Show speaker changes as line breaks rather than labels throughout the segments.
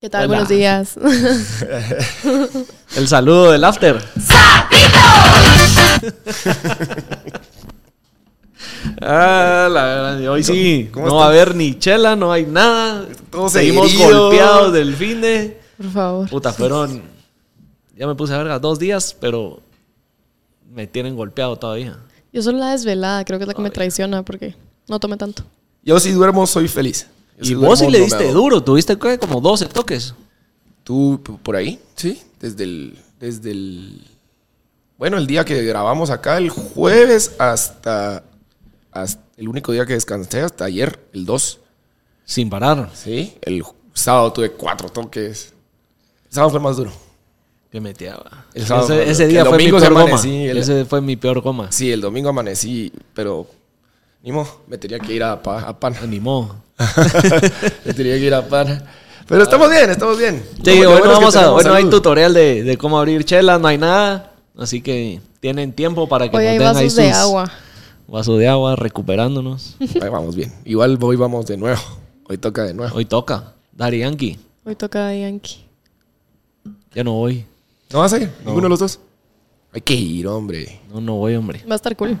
¿Qué tal?
Hola.
Buenos días.
El saludo del after. Ah, la verdad, hoy sí,
¿Cómo
no va a haber ni chela, no hay nada.
Todos
Seguimos
heridos.
golpeados del fin de.
Por favor.
Puta, fueron. Ya me puse a verga dos días, pero me tienen golpeado todavía.
Yo solo la desvelada, creo que es la que me traiciona porque no tomé tanto.
Yo si duermo soy feliz. Yo
Y vos sí
duermo,
le
no
diste
me hago-
duro, tuviste ¿qué? como 12 toques.
Tú p- por ahí, sí, desde el, desde el, bueno, el día que grabamos acá, el jueves hasta, hasta el único día que descansé hasta ayer, el 2,
Sin parar.
sí. El ju- sábado tuve cuatro toques. El sábado fue más duro.
Que metía. va.
El sábado
Ese,
fue-
ese
que
día
el
fue mi
domingo
peor
se
goma.
amanecí, el-
Ese fue mi peor goma.
Sí, el domingo amanecí, pero ni modo, me tenía que ir a, pa- a pan.
Ni modo.
me tenía que ir a pan. Pero estamos bien, estamos bien.
Ah. Sí,
Lo
hoy,
bueno
no
es que
vamos a,
tenemos
hoy no hay
salud.
tutorial de, de cómo abrir chelas, no hay nada. Así que tienen tiempo para que
Hoy
nos
hay
den ahí
vasos de
sus
agua.
vasos de agua, recuperándonos.
Ahí vamos bien. Igual hoy vamos de nuevo. Hoy toca de nuevo.
Hoy toca. Dari Yankee,
Hoy toca Yankee.
ya no voy.
¿No vas a ir? ¿Ninguno de los dos? Hay que ir, hombre.
No, no voy, hombre.
Va a estar cool. Va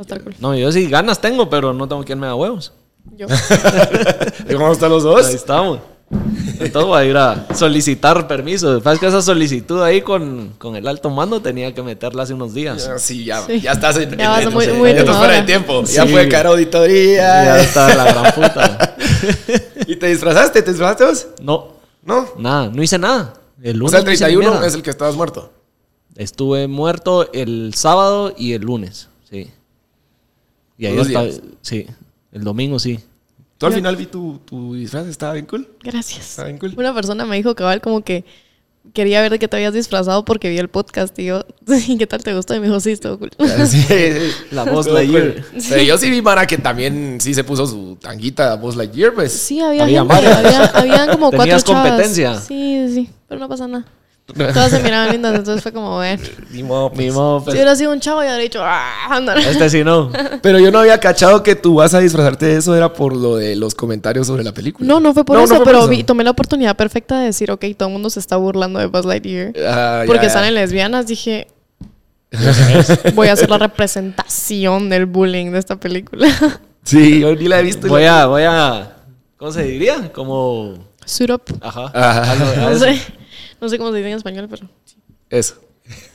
a estar cool.
No, yo sí ganas tengo, pero no tengo quien me da huevos.
Yo.
Ahí vamos a estar los
Ahí
dos.
estamos. Entonces voy a ir a solicitar permiso. Sabes que esa solicitud ahí con, con el alto mando tenía que meterla hace unos días.
Ah, Sí, ya,
Sí.
ya estás en,
Ya vas
en-
muy-
en-
muy
ya estás
animadora.
fuera de tiempo. Ya
Sí.
fue cara
Ya
auditoría.
está la gran puta.
¿Y te disfrazaste? ¿Te disfrazaste vos?
No,
No.
nada, no hice nada. El
O
lunes
sea, el
no hice ni
31
mierda.
es el que estabas muerto.
Estuve muerto el sábado y el lunes, sí. Y ayer
Dos
estaba-
días.
sí, el domingo sí.
Tú al
Ya.
final vi tu, tu disfraz, estaba bien cool.
Gracias.
Está bien cool.
Una persona me dijo cabal como que quería ver de qué te habías disfrazado porque vio el podcast y yo, "Sí, ¿qué tal te gustó? Y me dijo, sí, estuvo cool.
Sí, sí.
La Buzz
Estuvo
Lightyear.
cool. Pero yo sí vi Mara que también sí se puso su tanguita Buzz Lightyear, pues.
Sí, había,
Había
gente,
varias.
había, habían como cuatro
Tenías
chavas.
competencia.
Sí, sí, pero no pasa nada. Todas se miraban lindas, entonces fue como, bueno.
Ni modo, pues.
Ni modo, pues,
Si hubiera sido un chavo, ya habría dicho, ah, ándale".
este sí no.
Pero yo no había cachado que tú vas a disfrazarte de eso, era por lo de los comentarios sobre la película.
No, no fue por
No, no
eso,
fue por
pero
eso.
vi- tomé la oportunidad perfecta de decir, ok, todo el mundo se está burlando de Buzz Lightyear.
Ah, ya,
porque
ya.
salen lesbianas, dije, voy a hacer la representación del bullying de esta película.
Sí, yo ni la he visto.
Voy a, voy a, ¿cómo se diría? Como,
Suit up.
ajá.
Ajá.
algo- a
Ah, No
eso.
sé, no sé cómo se dice en español, pero...
Eso.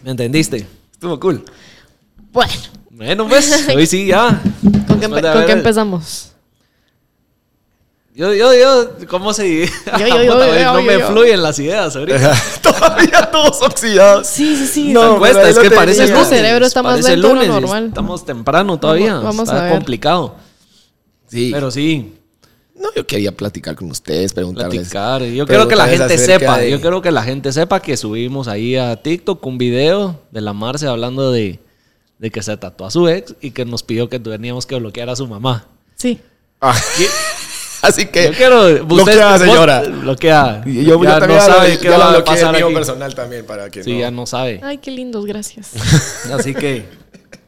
¿Me entendiste?
Estuvo cool.
Bueno,
Bueno, pues, hoy sí ya.
¿con,
Pues
qué, empe-
Después de
con
haber-
qué empezamos?
Yo, yo, yo, ¿cómo se diría?
Yo, yo, yo,
Puta,
yo,
no
yo,
me
yo.
fluyen las ideas ahorita.
Todavía todos oxidados.
Sí, sí, sí.
No,
No, cuesta,
pero
es
ahí
que
lo
parece
tenía.
lunes.
Tu cerebro está más
parece
lento de lo
lunes,
normal.
Estamos temprano todavía.
Vamos- vamos
está
a ver.
complicado.
Sí.
Pero sí,
no, yo quería platicar con ustedes, preguntarles.
platicar. Yo quiero que la gente
preguntarles acerca
sepa,
de-
yo quiero que la gente sepa que subimos ahí a TikTok un video de la Marce hablando de, de que se tatuó a su ex y que nos pidió que teníamos que bloquear a su mamá.
Sí.
Ah, Así que.
Yo quiero...
Bloquea,
ustedes-
señora.
vos- Bloquea.
Yo, yo
ya no
también ya
sabe
lo-
qué
ya lo
va a
bloqueé
pasar
mío
aquí.
personal también para que
Sí,
no.
ya no sabe.
Ay, qué lindos, gracias.
Así que...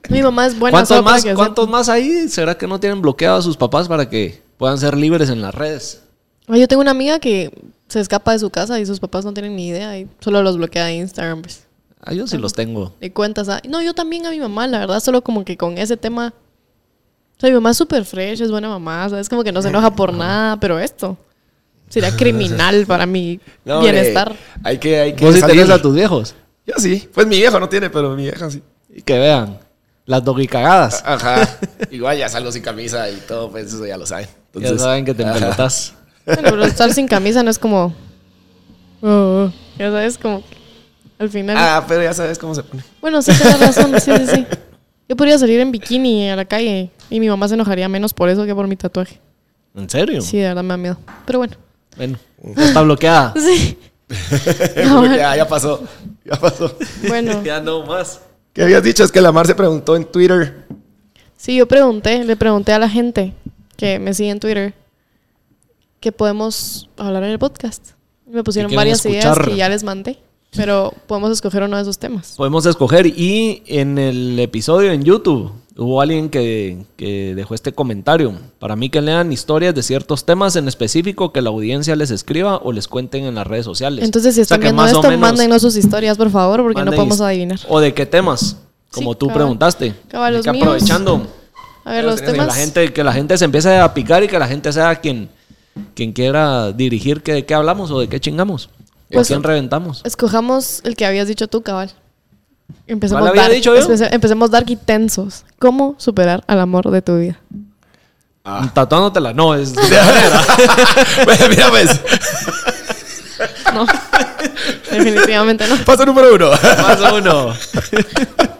Mi mamá es buena.
¿Cuántos
solo para
más,
que
¿Cuántos
sepa.
más ahí? ¿Será que no tienen bloqueado a sus papás para que puedan ser libres en las redes?
Ay, Yo tengo una amiga que se escapa de su casa y sus papás no tienen ni idea y solo los bloquea de Instagram, pues.
Ah, yo sí los tengo.
de cuentas. ah, No, yo también a mi mamá, la verdad, solo como que con ese tema. O sea, mi mamá es súper fresh, es buena mamá, ¿sabes? Como que no se enoja por nada, pero esto sería criminal para mi
No, hombre,
bienestar.
hay que, hay que.
¿Vos sí
salir.
tenés a tus viejos?
Yo sí. Pues mi viejo no tiene, pero mi vieja sí.
Y que vean. Las doguicagadas.
Ajá. Igual ya salgo sin camisa y todo, pues eso ya lo saben.
ya saben que te empelotas.
Bueno, pero estar sin camisa no es como. "Oh", ya sabes, como. que Al final.
Ah, pero ya sabes cómo se pone.
Bueno, sí, tienes razón, sí, sí, sí. Yo podría salir en bikini a la calle y mi mamá se enojaría menos por eso que por mi tatuaje.
¿En serio?
Sí, de verdad me da miedo. Pero bueno.
Bueno, ya está bloqueada.
Sí.
ya, ya pasó. Ya pasó.
Bueno.
Ya no más.
¿Qué habías dicho? Es que la Mar se preguntó en Twitter.
Sí, yo pregunté, le pregunté a la gente que me sigue en Twitter que podemos hablar en el podcast. Me pusieron
quieren
varias ideas
escuchar.
que ya les mandé, pero podemos escoger uno de esos temas.
Podemos escoger y en el episodio en YouTube Hubo alguien que, que dejó este comentario. Para mí que lean historias de ciertos temas en específico que la audiencia les escriba o les cuenten en las redes sociales.
Entonces, si
O sea,
están
que
viendo
más o
esto,
menos
mándenos sus historias, por favor, porque no
manden
podemos
his-
adivinar.
O de qué temas, como
Sí,
tú
cabal.
preguntaste.
Cabal,
Así
los
que
míos.
aprovechando
A ver,
Pero
los
tenés
que
temas.
la gente que la gente se empiece a picar y que la gente sea quien quien quiera dirigir que de qué hablamos o de qué chingamos. o
Pues-
quién reventamos.
Escojamos el que habías dicho tú, cabal. Empecemos,
¿Cuál había
dark,
dicho yo?
empece- empecemos dark y tensos. ¿Cómo superar al amor de tu vida?
Ah.
Tatuándotela, no, es
Bueno, mira, pues.
No. Definitivamente no.
Paso número uno.
más uno.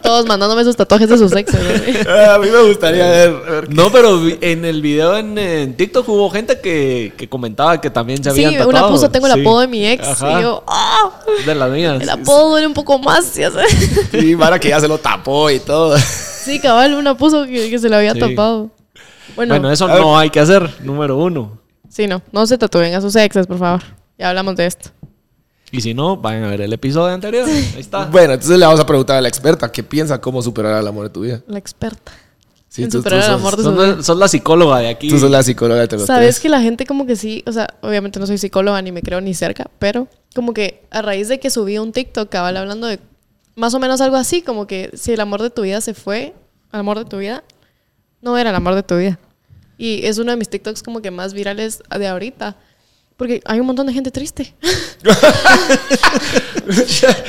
Todos mandándome sus tatuajes de su sexo. güey.
Ah, A mí me gustaría ver. ver-
No, pero vi- en el video en, en TikTok hubo gente que, que comentaba que también se
Sí,
habían tatuado.
una puso tengo el
Sí.
apodo de mi ex.
Ajá,
Y yo, ¡ah!
de las mías.
El apodo duele un poco más. ya sé.
Sí, Mara que ya se lo tapó y todo.
Sí, cabal, una puso que, que se lo había
Sí.
tapado. Bueno,
Bueno, eso
A ver.
no hay que hacer, número uno.
sí, no. No se tatúen a sus exes, por favor. Ya hablamos de esto.
Y si no, vayan a ver el episodio anterior. Ahí está.
Bueno, entonces le vamos a preguntar a la experta qué piensa cómo superar al amor de tu vida.
La experta.
Sí,
En superar al
sos-
amor de su vida.
Son, son la psicóloga de aquí.
Tú sos la psicóloga de los
Sabes
tres.
que la gente como que sí, o sea, obviamente no soy psicóloga ni me creo ni cerca, pero como que a raíz de que subí un TikTok cabal hablando de más o menos algo así, como que si el amor de tu vida se fue, el amor de tu vida no era el amor de tu vida. Y es uno de mis TikToks como que más virales de ahorita, porque hay un montón de gente triste.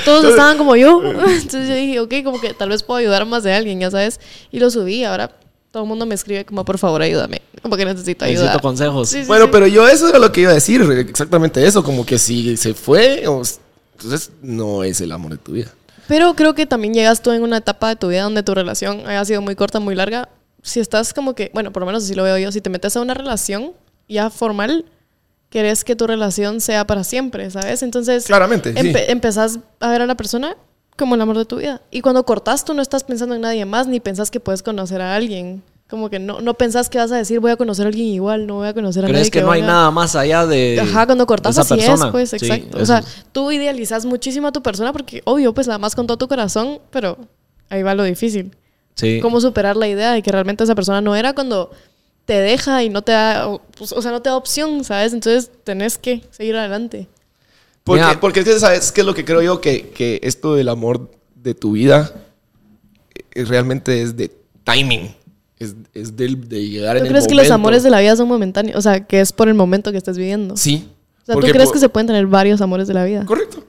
Todos estaban como yo. Entonces yo dije, ok, como que tal vez puedo ayudar a más de alguien, ya sabes. Y lo subí, ahora todo el mundo me escribe como, por favor, ayúdame. Como que necesito ayuda.
Necesito consejos.
Sí, sí,
Bueno,
sí.
pero yo eso era lo que iba a decir, exactamente eso, como que si se fue, o s- entonces no es el amor de tu vida.
Pero creo que también llegas tú en una etapa de tu vida donde tu relación haya sido muy corta, muy larga. Si estás como que, bueno, por lo menos así lo veo yo, si te metes a una relación ya formal, querés que tu relación sea para siempre, ¿sabes? Entonces,
Claramente, Este, sí.
Pues, empe- empezás a ver a la persona como el amor de tu vida. Y cuando cortás, tú no estás pensando en nadie más, ni pensás que puedes conocer a alguien. Como que no, no pensás que vas a decir, voy a conocer a alguien igual, no voy a conocer a nadie.
¿Crees que no hay
venga".
nada más allá de.
Ajá, cuando cortas
de
así
esa persona?
es, pues,
Sí,
exacto.
eso
o sea,
es.
tú idealizas muchísimo a tu persona porque, obvio, pues la amas con todo tu corazón, pero ahí va lo difícil.
Sí.
Cómo superar la idea de que realmente esa persona no era cuando te deja y no te da, o, pues, o sea, no te da opción, ¿sabes? Entonces tenés que seguir adelante.
Porque,
Mira.
porque es que, ¿sabes qué es lo que creo yo? Que, que esto del amor de tu vida eh, realmente es de timing. Es, es del, de llegar
¿Tú
en el
crees que los
momento.
amores de la vida son momentáneos? O sea, que es por el momento que estés viviendo.
Sí.
O sea, ¿tú
Porque
crees
po-
que se pueden tener varios amores de la vida?
Correcto.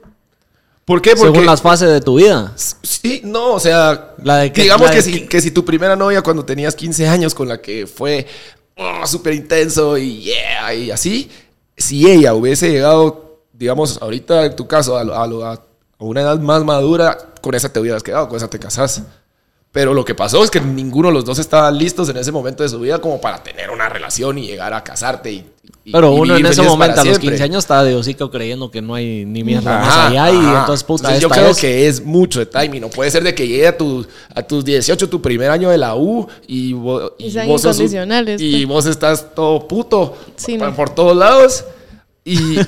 ¿Por qué? Porque...
Según las fases de tu vida.
Sí, no, o sea,
La de que-
digamos
la
que,
de
si,
que-
que si tu primera novia cuando tenías 15 años con la que fue oh, súper intenso y yeah, y así, si ella hubiese llegado, digamos, ahorita en tu caso, a, lo- a lo- a una edad más madura, con esa te hubieras quedado, con esa te casás. Pero lo que pasó es que ninguno de los dos estaban listos en ese momento de su vida como para tener una relación y llegar a casarte. y- y-
Pero
y
uno en
vivir
ese
felices
momento,
para
a los
siempre.
15 años, está de hocico creyendo que no hay ni mierda más
Ajá,
allá. Y
ajá.
entonces, puta,
Entonces, yo
esta
creo
es.
que es mucho de timing. No puede ser de que llegue a, tu- a tus 18, tu primer año de la U y, vo-
Y sean
vos sos un-
incondicionales,
y
pues.
vos estás todo puto
Sí,
por,
no.
por todos lados. Y,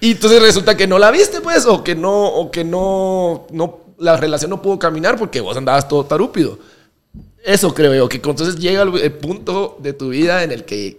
y entonces resulta que no la viste, pues, o que no, o que no, no, la relación no pudo caminar porque vos andabas todo tarúpido. Eso creo yo, que entonces llega el, el punto de tu vida en el que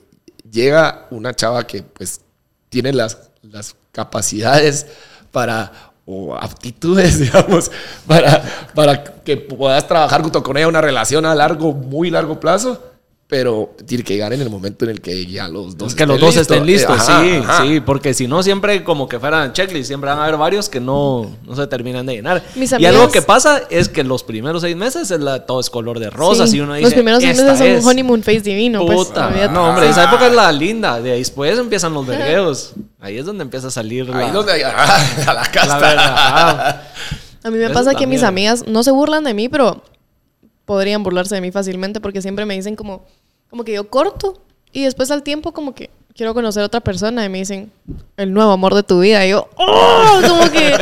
llega una chava que pues tiene las, las capacidades para, o aptitudes, digamos, para, para que puedas trabajar junto con ella una relación a largo, muy largo plazo, pero tiene que llegar en el momento en el que ya los dos
Es que los dos estén listos,
eh, Ajá,
sí,
ajá.
sí, porque si no, siempre como que fueran checklist, siempre van a haber varios que no, no se terminan de llenar.
Mis
y algo
amigas-
que pasa es que los primeros seis meses es la- todo es color de rosas
Sí.
y uno dice.
los primeros seis
"Esta
meses son
es".
un honeymoon face divino. pues,
Puta,
olvídate.
no, hombre, esa época es la linda, de ahí después empiezan los vergueos. Ahí es donde empieza a salir la,
Ahí donde hay- a la
la
casta.
verdad. Ah,
A mí me
Eso
pasa que mis
también.
amigas no se burlan de mí, pero podrían burlarse de mí fácilmente porque siempre me dicen como, como que yo corto y después al tiempo como que quiero conocer a otra persona y me dicen, el nuevo amor de tu vida. Y yo, ¡oh! Como que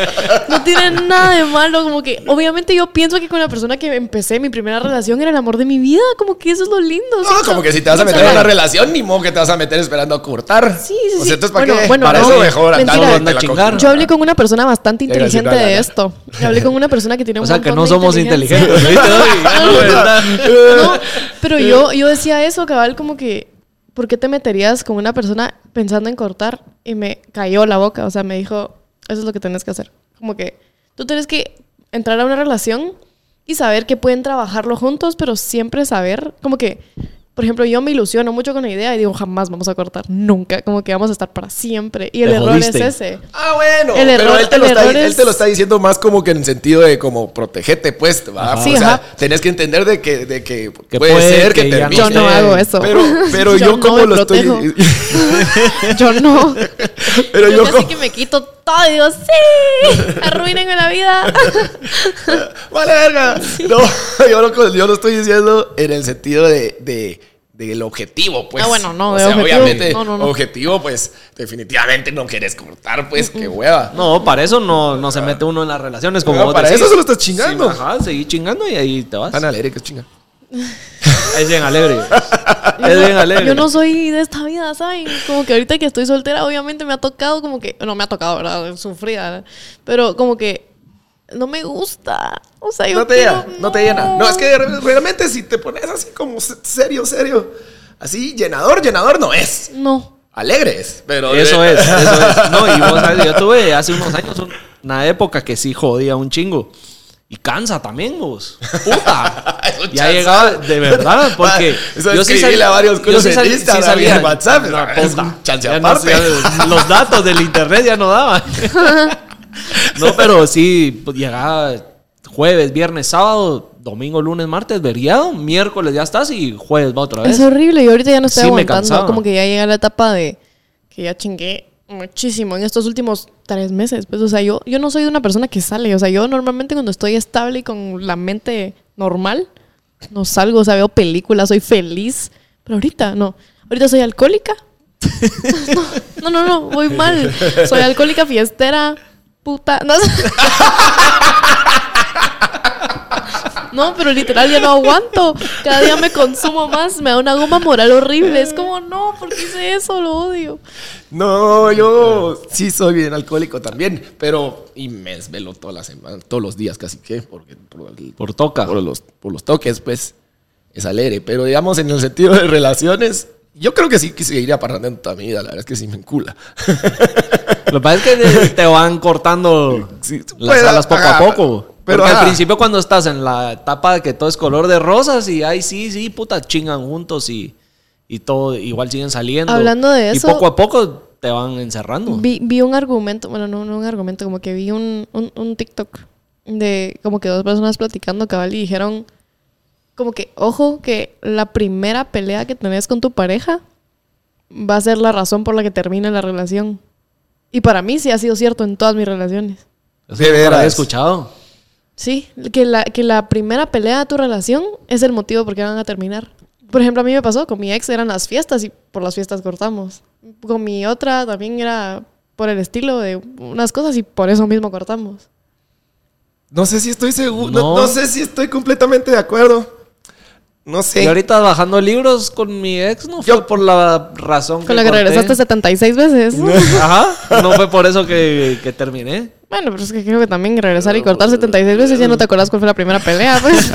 no tiene nada de malo. Como que, obviamente yo pienso que con la persona que empecé mi primera relación era el amor de mi vida. Como que eso es lo lindo.
No,
¿cierto?
como que si te vas a
O sea,
meter en una relación, ni modo que te vas a meter esperando a cortar.
Sí, sí,
O
sí.
sea, entonces, ¿para
Bueno,
qué?
bueno,
para
no.
eso mejor
Mentira.
andando
Anda a chingar.
Yo hablé con una persona bastante
Ya iba a decir,
inteligente
"No, no,
de
no".
esto. Yo hablé con una persona que tiene un
O sea, que
montón
no
de
somos
inteligencia.
inteligentes. ¿viste, Dodi? Ya no, Ah, ¿verdad?
No, pero yo, yo decía eso, cabal, como que, ¿por qué te meterías con una persona pensando en cortar? Y me cayó la boca, o sea, me dijo, eso es lo que tienes que hacer. Como que tú tienes que entrar a una relación y saber que pueden trabajarlo juntos, pero siempre saber, como que, por ejemplo, yo me ilusiono mucho con la idea y digo, jamás vamos a cortar, nunca, como que vamos a estar para siempre. Y el
Te
error
jodiste.
es ese.
Ah, bueno,
El
pero
error-
él te, lo
el
está,
error
él te lo
es-
está diciendo más como que en el sentido de como protegete, pues, ¿va?
Sí,
o sea,
ajá.
tenés que entender de que, de que,
Que
puede,
puede
ser que,
que ya no
termine.
Yo no
Eh,
hago eso.
Pero, pero yo,
no
como
me
lo
protejo.
estoy...
Yo no.
pero
yo
yo,
casi
como...
que me quito todo y digo, sí, arruínenme la vida.
¡Vale, verga! No, yo lo, yo lo estoy diciendo en el sentido de... de del objetivo, pues.
Ah, bueno, no,
O
de
sea,
objetivo.
obviamente,
No, no, no.
objetivo, pues, definitivamente no quieres cortar, pues, qué hueva.
No, para eso no, no se mete uno en las relaciones. Como
No,
vos
para
decís.
eso se lo estás chingando.
Sí, ajá, seguí chingando y ahí te vas.
Tan alegre que es chinga.
Es bien alegre. es bien alegre.
Yo no soy de esta vida, ¿saben? Como que ahorita que estoy soltera, obviamente me ha tocado como que... No me ha tocado, ¿verdad? Sufrida, ¿verdad? Pero como que no me gusta. O sea, yo
no te
quiero-
llena, no te llena. No, es que re- realmente si te pones así como se- serio, serio, así llenador, llenador no es.
No.
Alegre es, pero...
Eso es, eso es. No, y vos sabes, yo tuve hace unos años un- una época que sí jodía un chingo. Y cansa también, vos. Puta.
Es un
ya
chanzal.
llegaba, de verdad, porque.
Eso escribíle a varios culos en Instagram y en WhatsApp.
No,
Es
puta.
un chance
Ya no
aparte.
sé, los datos del internet ya no daban. No, pero sí, pues, llegaba jueves, viernes, sábado, domingo, lunes, martes, veriado, miércoles ya estás y jueves va otra vez.
Es horrible. Y ahorita ya no estoy
Sí, me cansaba.
aguantando. Como que ya llega la etapa de que ya chingué muchísimo en estos últimos tres meses. Pues, o sea, yo, yo no soy una persona que sale. O sea, yo normalmente cuando estoy estable y con la mente normal, no salgo. O sea, veo películas, soy feliz. Pero ahorita no. Ahorita soy alcohólica. No, no, no, voy mal. Soy alcohólica fiestera, puta. No, No, pero literal ya no aguanto. Cada día me consumo más, me da una goma moral horrible. Es como, no, ¿por qué hice eso? Lo odio.
No, yo sí soy bien alcohólico también, pero... Y me desvelo todas las semanas, todos los días casi que, porque por, el-
Por toca.
por los, por los toques, pues, es alegre. Pero digamos, en el sentido de relaciones, yo creo que sí que seguiría parrandeando toda mi vida, la verdad es que sí me encula.
Lo que pasa es que te- te van cortando
Sí,
las
pues,
alas poco
ajá,
a poco.
pero,
Porque
ajá.
al principio cuando estás en la etapa de que todo es color de rosas y ahí sí, sí, puta, chingan juntos y, y todo, igual siguen saliendo.
Hablando de eso-
Y poco a poco te van encerrando.
Vi, vi un argumento, bueno, no, no un argumento, como que vi un, un, un TikTok de como que dos personas platicando cabal y dijeron como que, ojo, que la primera pelea que tenés con tu pareja va a ser la razón por la que termine la relación. Y para mí sí ha sido cierto en todas mis relaciones.
Eso
De
nunca lo
veras.
había escuchado.
Sí, que la, que la primera pelea de tu relación es el motivo por qué van a terminar. Por ejemplo, a mí me pasó, con mi ex eran las fiestas y por las fiestas cortamos. Con mi otra también era por el estilo de unas cosas y por eso mismo cortamos.
No sé si estoy seguro.
No.
No. no sé si estoy completamente de acuerdo. No
Y
sé.
ahorita bajando libros con mi ex no fue
Yo-
por la razón
Con la que
corté.
regresaste 76 veces.
Ajá, no fue por eso que, que terminé.
Bueno, pero es que creo que también regresar y cortar 76 veces ya no te acuerdas cuál fue la primera pelea, pues.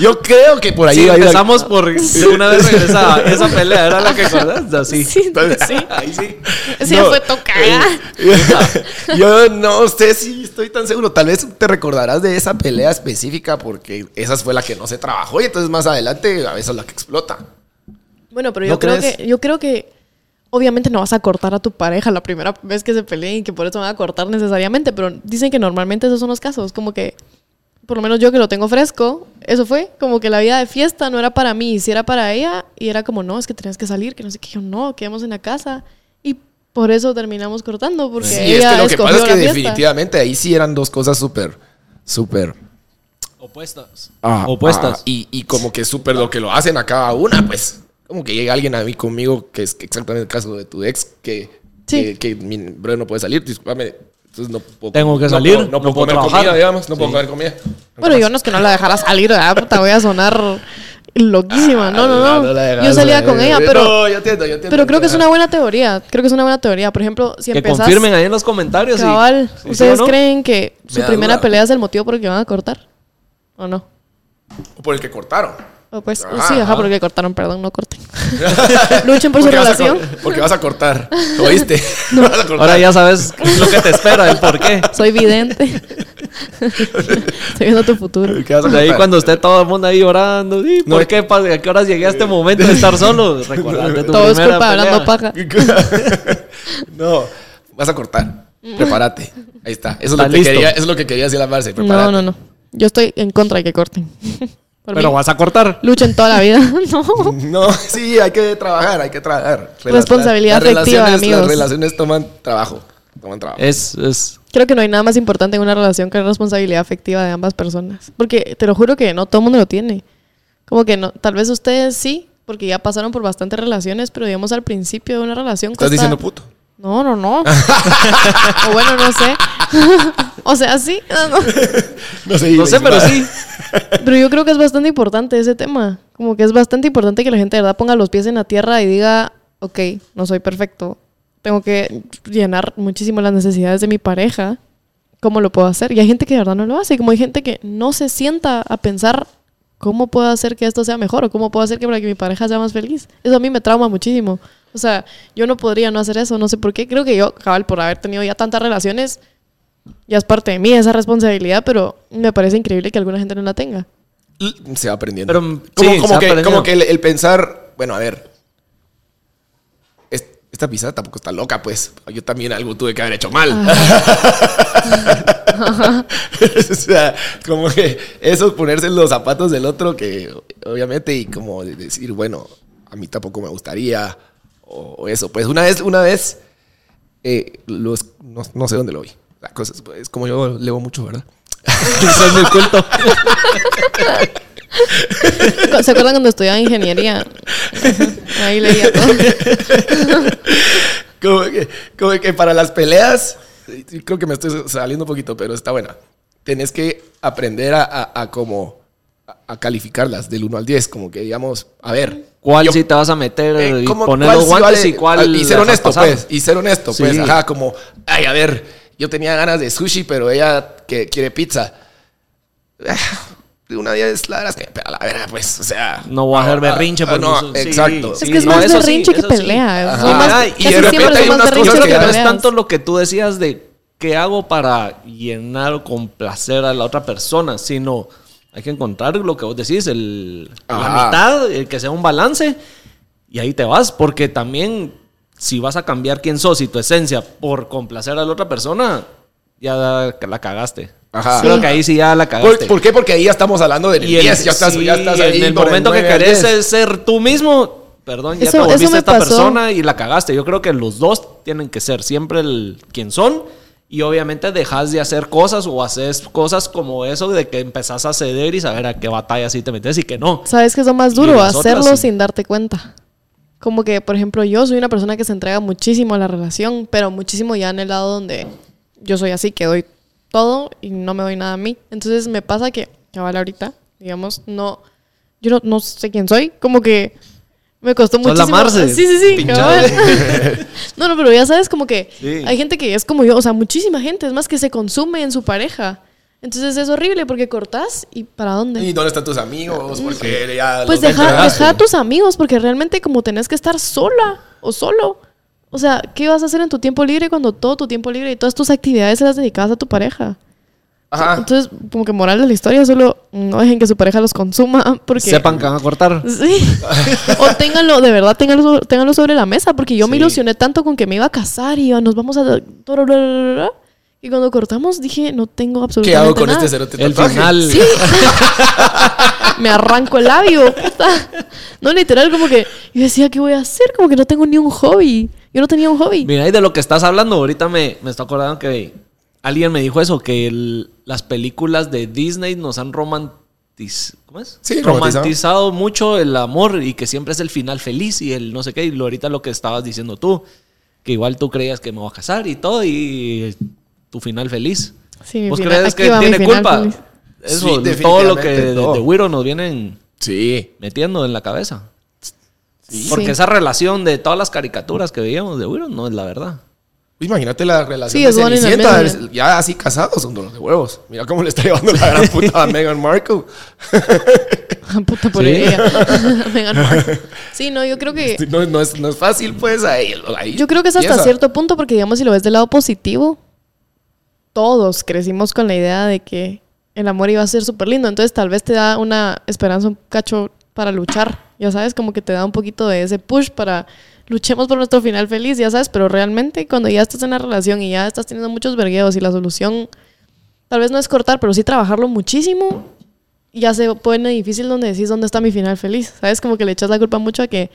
Yo creo que por ahí
Sí,
va a ir la-
empezamos por una vez regresada. Esa pelea era la que acordaste, así.
Sí,
Entonces-
sí.
ahí sí.
Esa ya fue tocada.
eh, Yo no sé si estoy tan seguro. Tal vez te recordarás de esa pelea específica porque esa fue la que no se trabajó y entonces más adelante a veces es la que explota.
Bueno, pero
¿No
yo creo
crees?
que yo creo que obviamente no vas a cortar a tu pareja la primera vez que se peleen y que por eso van a cortar necesariamente, pero dicen que normalmente esos son los casos, como que por lo menos yo que lo tengo fresco, eso fue como que la vida de fiesta no era para mí, si era para ella y era como no, es que tenías que salir, que no sé qué, yo no, quedamos en la casa y por eso terminamos cortando porque
Sí, es
ella
que lo que
escogió
pasa es que
la fiesta.
definitivamente ahí sí eran dos cosas súper, súper
Opuestas.
ah,
Opuestas.
ah, y, y como que súper lo que lo hacen a cada una, pues. como que llega alguien a mí conmigo, que es exactamente el caso de tu ex, que,
Sí.
que, que mi bro no puede salir, discúlpame. Entonces no puedo,
Tengo que
no
salir,
puedo- no,
no
puedo
puedo
comer
trabajar.
comida, digamos, no puedo
Sí.
comer comida.
Bueno, yo no es que no la dejara salir, ¿verdad? Puta, voy a sonar
Ah,
loquísima. No, no, no. Yo salía con ella, pero,
No, yo entiendo, yo entiendo.
pero creo que es una buena teoría. Creo que es una buena teoría. Por ejemplo, si
Que
empezás...
confirmen ahí en los comentarios. y-
Cabal,
si sí
¿ustedes
o no.
creen que
Me
su
da
primera
duda.
pelea es el motivo por el que van a cortar? ¿O no?
O Por el que cortaron.
O pues,
Ajá,
sí, ajá,
ajá.
porque cortaron, perdón, no corten. Luchen por su
Porque vas a
relación.
cor- Porque vas a cortar. ¿Oíste? Vas a cortar.
Ahora ya sabes lo que te espera, el por qué.
Soy vidente. Estoy viendo tu futuro.
¿Qué vas a
De ahí
cortar?
cuando esté todo el mundo ahí llorando, ¿sí? ¿por
No.
qué? pa- ¿A qué horas llegué a este momento de estar solo? Recordarte tu
Todo es
primera
culpa
pelea.
hablando paja.
no, vas a cortar. Prepárate. Ahí está. Eso es,
Está
lo que
listo.
quería, eso es lo que quería decir la Marce. Prepárate.
No, no, no. Yo estoy en contra de que corten. Por
Pero
mí.
vas a cortar.
Luchen toda la vida. No.
No, sí, hay que trabajar, hay que trabajar. Rela-
Responsabilidad
las- las
afectiva,
relaciones-
amigos. Eh,
Las relaciones toman trabajo. Toman trabajo.
Es, es.
Creo que no hay nada más importante en una relación que la responsabilidad afectiva de ambas personas. Porque te lo juro que no todo el mundo lo tiene. Como que no, tal vez ustedes sí, porque ya pasaron por bastantes relaciones, pero digamos al principio de una relación.
Estás
cuesta-
diciendo puto.
No, no, no. o bueno, no sé. o sea, sí. no, no.
No sé,
No sé, pero sí.
Pero yo creo que es bastante importante ese tema. Como que es bastante importante que la gente de verdad ponga los pies en la tierra y diga, ok, no soy perfecto. Tengo que llenar muchísimo las necesidades de mi pareja. ¿Cómo lo puedo hacer? Y hay gente que de verdad no lo hace. Como hay gente que no se sienta a pensar cómo puedo hacer que esto sea mejor o cómo puedo hacer que para que mi pareja sea más feliz. Eso a mí me trauma muchísimo. O sea, yo no podría no hacer eso. No sé por qué. Creo que yo, cabal, por haber tenido ya tantas relaciones, ya es parte de mí esa responsabilidad, pero me parece increíble que alguna gente no la tenga.
Se va aprendiendo.
Pero,
como,
sí,
como
se va
que,
aprendiendo.
como que el, el pensar, bueno, a ver. es- Esta pisada tampoco está loca, pues. Yo también algo tuve que haber hecho mal. o sea, como que eso, ponerse en los zapatos del otro, que obviamente, y como de- decir, bueno, a mí tampoco me gustaría, o, o eso. Pues una vez, una vez, eh, los, no, no sé dónde lo vi. La cosa es, es como yo leo mucho, ¿verdad?
Soy muy culto.
¿Se acuerdan cuando estudiaba ingeniería? Ajá, Ahí leía todo.
Como que, como que para las peleas, sí, creo que me estoy saliendo un poquito, pero está buena. Tenés que aprender a, a, a como a, a calificarlas del 1 al 10, como que digamos, a ver.
¿Cuál
yo-
sí te vas a meter
eh,
y
como
poner
cuál
los
sí
guantes
vale- Ah,
y cuál.
Y ser
dejas
honesto,
pasar?
pues. Y ser honesto,
Sí.
pues. Ajá, como, ay, a ver, yo tenía ganas de sushi, pero ella que quiere pizza. Eh, De una 10, la verdad es que, pero a la verga, pues, o sea.
No voy a hacer
ah,
berrinche
ah,
porque
No,
eso- sí,
exacto.
sí.
Es que es
no,
más
eso sí,
berrinche que
eso sí.
pelea.
Ajá.
Son más-
Ajá,
casi
y de repente
siempre
hay
son más
unas
berrinches
cosas
que
que
no es
peleas.
tanto lo que tú decías de qué hago para llenar o complacer a la otra persona, sino hay que encontrar lo que vos decís, el,
Ajá.
la mitad, el que sea un balance, y ahí te vas, porque también si vas a cambiar quién sos y tu esencia por complacer a la otra persona, ya la, la cagaste.
Ajá.
Creo
Sí.
que ahí sí ya la
¿Por,
cagaste.
por qué? Porque ahí ya estamos hablando del
Y en,
10, ya estás,
sí,
ya estás ahí
en el
por
momento que
9 al
querés eh.
10.
es ser tú mismo, perdón, ya
Eso-
te
eso
volviste
me
esta
pasó.
persona y la cagaste. Yo creo que los dos tienen que ser siempre el quien son. Y obviamente dejas de hacer cosas o haces cosas como eso de que empezás a ceder y saber a qué batalla sí te metes y que no.
¿Sabes que es lo más
Y
duro?
las otras,
Hacerlo
sí.
sin darte cuenta. Como que, por ejemplo, yo soy una persona que se entrega muchísimo a la relación, pero muchísimo ya en el lado donde yo soy así, que doy todo y no me doy nada a mí. Entonces me pasa que, cabal, ahorita, digamos, no. Yo no, no sé quién soy, como que me costó
Sos
muchísimo.
la Marce,
Sí, sí, sí.
pinchada.
cabal. no, no, pero ya sabes, como que
Sí.
hay gente que es como yo, o sea, muchísima gente, es más que se consume en su pareja. Entonces es horrible porque cortás y para dónde.
¿Y dónde están tus amigos? Porque ya
Pues
los
deja,
entregaste.
deja a tus amigos, porque realmente como tenés que estar sola o solo. O sea, ¿qué vas a hacer en tu tiempo libre cuando todo tu tiempo libre y todas tus actividades se las dedicabas a tu pareja?
Ajá.
Entonces, como que moral de la historia, solo no dejen que su pareja los consuma, porque...
Sepan que van a cortar.
Sí. o ténganlo, de verdad, ténganlo, sobre- ténganlo sobre la mesa, porque yo me
Sí.
ilusioné tanto con que me iba a casar y iba, nos vamos a... Y cuando cortamos dije, no tengo absolutamente
¿Qué hago con
nada.
este cerote
El
tatuaje?
final.
Sí. me arranco el labio, puta. No, literal, como que yo decía, ¿qué voy a hacer? Como que no tengo ni un hobby. Yo no tenía un hobby.
Mira, y de lo que estás hablando, ahorita me, me está acordando que alguien me dijo eso, que el- las películas de Disney nos han roman- romantiz- ¿cómo es?
Sí,
romantizado.
romantizado.
mucho el amor y que siempre es el final feliz y el no sé qué. Y lo- ahorita lo que estabas diciendo tú, que igual tú creías que me voy a casar y todo y tu final feliz.
Sí, mi
¿Vos
final-
crees
aquí
que
va mi
tiene
final
culpa?
feliz.
Sí,
Eso, todo lo que
definitivamente,
de,
todo.
de Wiro nos vienen
Sí.
metiendo en la cabeza.
Sí.
Porque esa relación de todas las caricaturas que veíamos de Wiro no es la verdad.
Pues Imagínate la relación
Sí,
de
es one in a
Cenicienta,
million.
ya así casados, son dolor de huevos. Mira cómo le está llevando la gran puta a Meghan Markle.
Ah, Puta por
Sí.
ella. Meghan Markle. Sí, no, yo creo que
No, no es, no es fácil, pues, ahí. ahí
Yo creo que es hasta
empieza.
cierto punto, porque digamos, si lo ves del lado positivo, todos crecimos con la idea de que el amor iba a ser súper lindo. Entonces, tal vez te da una esperanza, un cacho para luchar. Ya sabes, como que te da un poquito de ese push para luchemos por nuestro final feliz, ya sabes. Pero realmente, cuando ya estás en la relación y ya estás teniendo muchos vergueos y la solución tal vez no es cortar, pero sí trabajarlo muchísimo, ya se pone difícil donde decís dónde está mi final feliz. ¿Sabes? Como que le echas la culpa mucho a que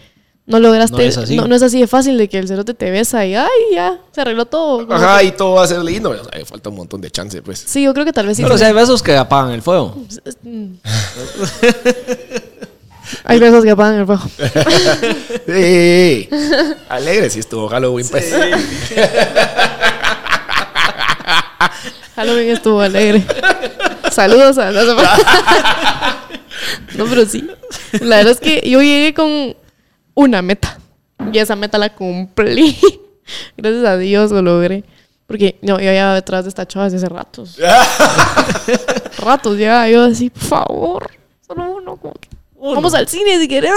no lograste.
No es así.
no- no es así de fácil de que el cerote te besa y ay, ya, se arregló todo. Como
Ajá,
que-
y todo va a ser lindo. O sea, falta un montón de chance, pues.
Sí, yo creo que tal vez sí.
Pero si hay besos que apagan el fuego.
Mm. Hay besos que apagan el fuego.
Sí. Alegre si estuvo Halloween, pues.
Halloween estuvo alegre. Saludos a no, no, pero sí. La verdad es que yo llegué con una meta. Y esa meta la cumplí. Gracias a Dios lo logré. Porque no, yo ya detrás de esta chava desde hace ratos. ratos ya. Yo así, por favor. Solo uno, como que.
Uno.
Vamos al cine si querés.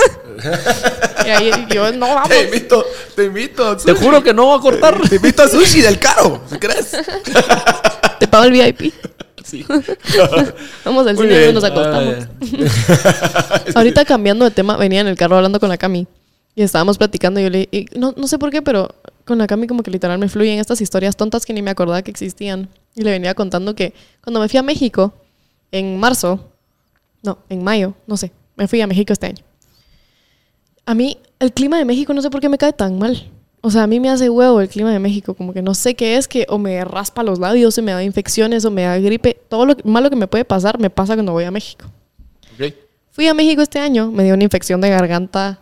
y ahí yo, no, vamos.
Te invito, te invito. a
Te
sushi.
juro que no voy a cortar.
Te invito a sushi del caro, ¿sí ¿crees?
Te pago el VIP.
Sí.
Vamos al
Muy
cine y
bien. Ah,
nos acostamos.
Ay.
Ahorita cambiando de tema, venía en el carro hablando con la Cami y estábamos platicando. Y yo le y no, no sé por qué, pero con la Cami como que literal me fluyen estas historias tontas que ni me acordaba que existían. Y le venía contando que cuando me fui a México en marzo, no, en mayo, no sé, me fui a México este año. A mí el clima de México no sé por qué me cae tan mal. O sea, a mí me hace huevo el clima de México, como que no sé qué es, que o me raspa los labios, o me da infecciones, o me da gripe. Todo lo que- malo que me puede pasar me pasa cuando voy a México.
Ok.
Fui a México este año, me dio una infección de garganta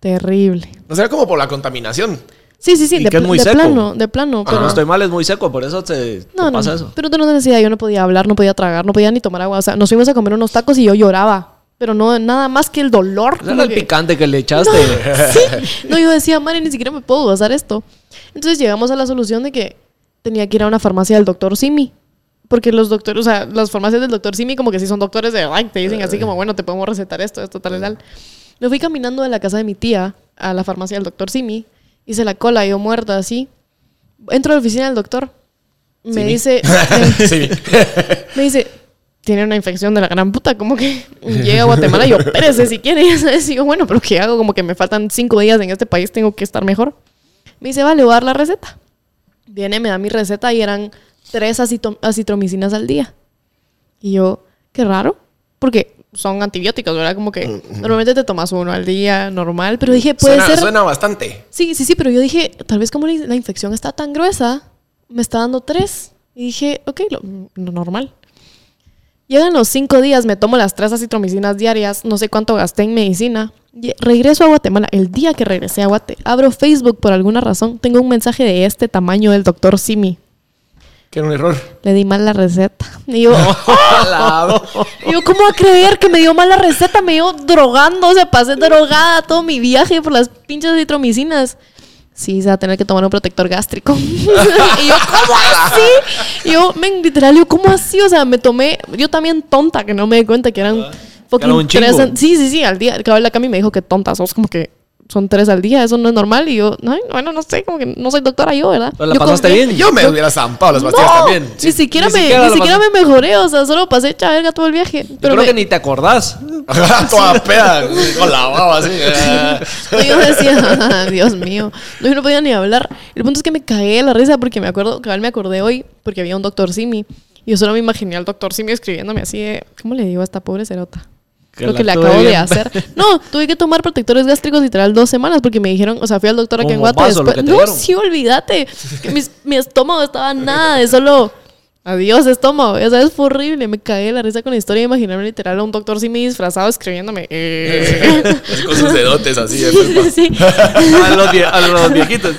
terrible.
No será como por la contaminación.
Sí, sí, sí,
Y
de,
que es
pl-
muy
de
seco.
plano, de plano.
Pero
Pero
no estoy mal, es muy seco, por eso te, te
no, no,
pasa
no.
eso.
Pero tú no te necesidad, yo no podía hablar, no podía tragar, no podía ni tomar agua. O sea, nos fuimos a comer unos tacos y yo lloraba. Pero no, nada más que el dolor.
O sea,
como
era el
que-
picante que le echaste.
sí. No, yo decía, madre, ni siquiera me puedo pasar esto. Entonces llegamos a la solución de que tenía que ir a una farmacia del doctor Simi. Porque los doctores, o sea, las farmacias del doctor Simi como que sí son doctores de verdad, te dicen así como, bueno, te podemos recetar esto, esto, tal y tal. Me fui caminando de la casa de mi tía a la farmacia del doctor Simi. Hice la cola, yo muerta así. Entro a la oficina del doctor. Me dice...
Sí.
Me dice, tiene una infección de la gran puta, como que llega a Guatemala y yo, espérese si quiere, ya sabes. Y yo, bueno, pero ¿qué hago? Como que me faltan cinco días en este país, tengo que estar mejor. Me dice, vale, voy a dar la receta. Viene, me da mi receta y eran tres acito- acitromicinas al día. Y yo, qué raro, porque son antibióticos, ¿verdad? Como que normalmente te tomas uno al día, normal, pero dije, puede
Suena,
ser...
suena bastante.
Sí, sí, sí, pero yo dije, tal vez como la la infección está tan gruesa, me está dando tres. Y dije, ok, lo, lo normal. Llegan los cinco días, me tomo las tres acitromicinas diarias, no sé cuánto gasté en medicina. Ye- Regreso a Guatemala. El día que regresé a Guate, abro Facebook por alguna razón, tengo un mensaje de este tamaño del doctor Simi.
Que era un error.
Le di mal la receta. Y yo,
Alado.
y yo, ¿cómo va a creer que me dio mala receta? Me dio drogando, o sea, pasé drogada todo mi viaje por las pinches citromicinas. Sí, se va a tener que tomar un protector gástrico. y yo, ¿cómo así? Y yo, men, literal, yo, ¿cómo así? O sea, me tomé, yo también tonta, que no me di cuenta que eran fucking
Ah, un chingo.
tres. an- Sí, sí, sí, al día. Claro, la Cami me dijo que tonta, sos como que son tres al día, eso no es normal. Y yo, ay, bueno, no sé, como que no soy doctora yo, ¿verdad?
Pero la
Yo
pasaste
confié-
bien.
Yo me hubiera zampado las pastillas
No,
también.
Ni siquiera,
ni
me,
siquiera
ni
la
siquiera me mejoré, o sea, solo pasé hecha verga todo el viaje.
Yo
Pero
creo
me-
que ni te acordás.
Toda peda, con la baba así. eh.
No, yo decía, Dios mío, no, yo no podía ni hablar. El punto es que me cagué de la risa porque me acuerdo, cabal me acordé hoy porque había un doctor Simi y yo solo me imaginé al doctor Simi escribiéndome así de, ¿cómo le digo a esta pobre cerota?
Que
Lo
la
que le
tuve
acabo de
bien.
hacer. No, tuve que tomar protectores gástricos literal dos semanas porque me dijeron, o sea, fui al doctor aquí en
Un
Guate.
bombazo lo
Después,
que te
no,
dieron.
sí, olvídate. Que mis- mi estómago estaba nada de solo Adiós, estómago. O sea, es horrible. Me cagué de la risa con la historia de imaginarme literal a un doctor simi disfrazado escribiéndome. eh.
Así con sus dedotes así.
sí, sí.
A los, vie- a los viejitos.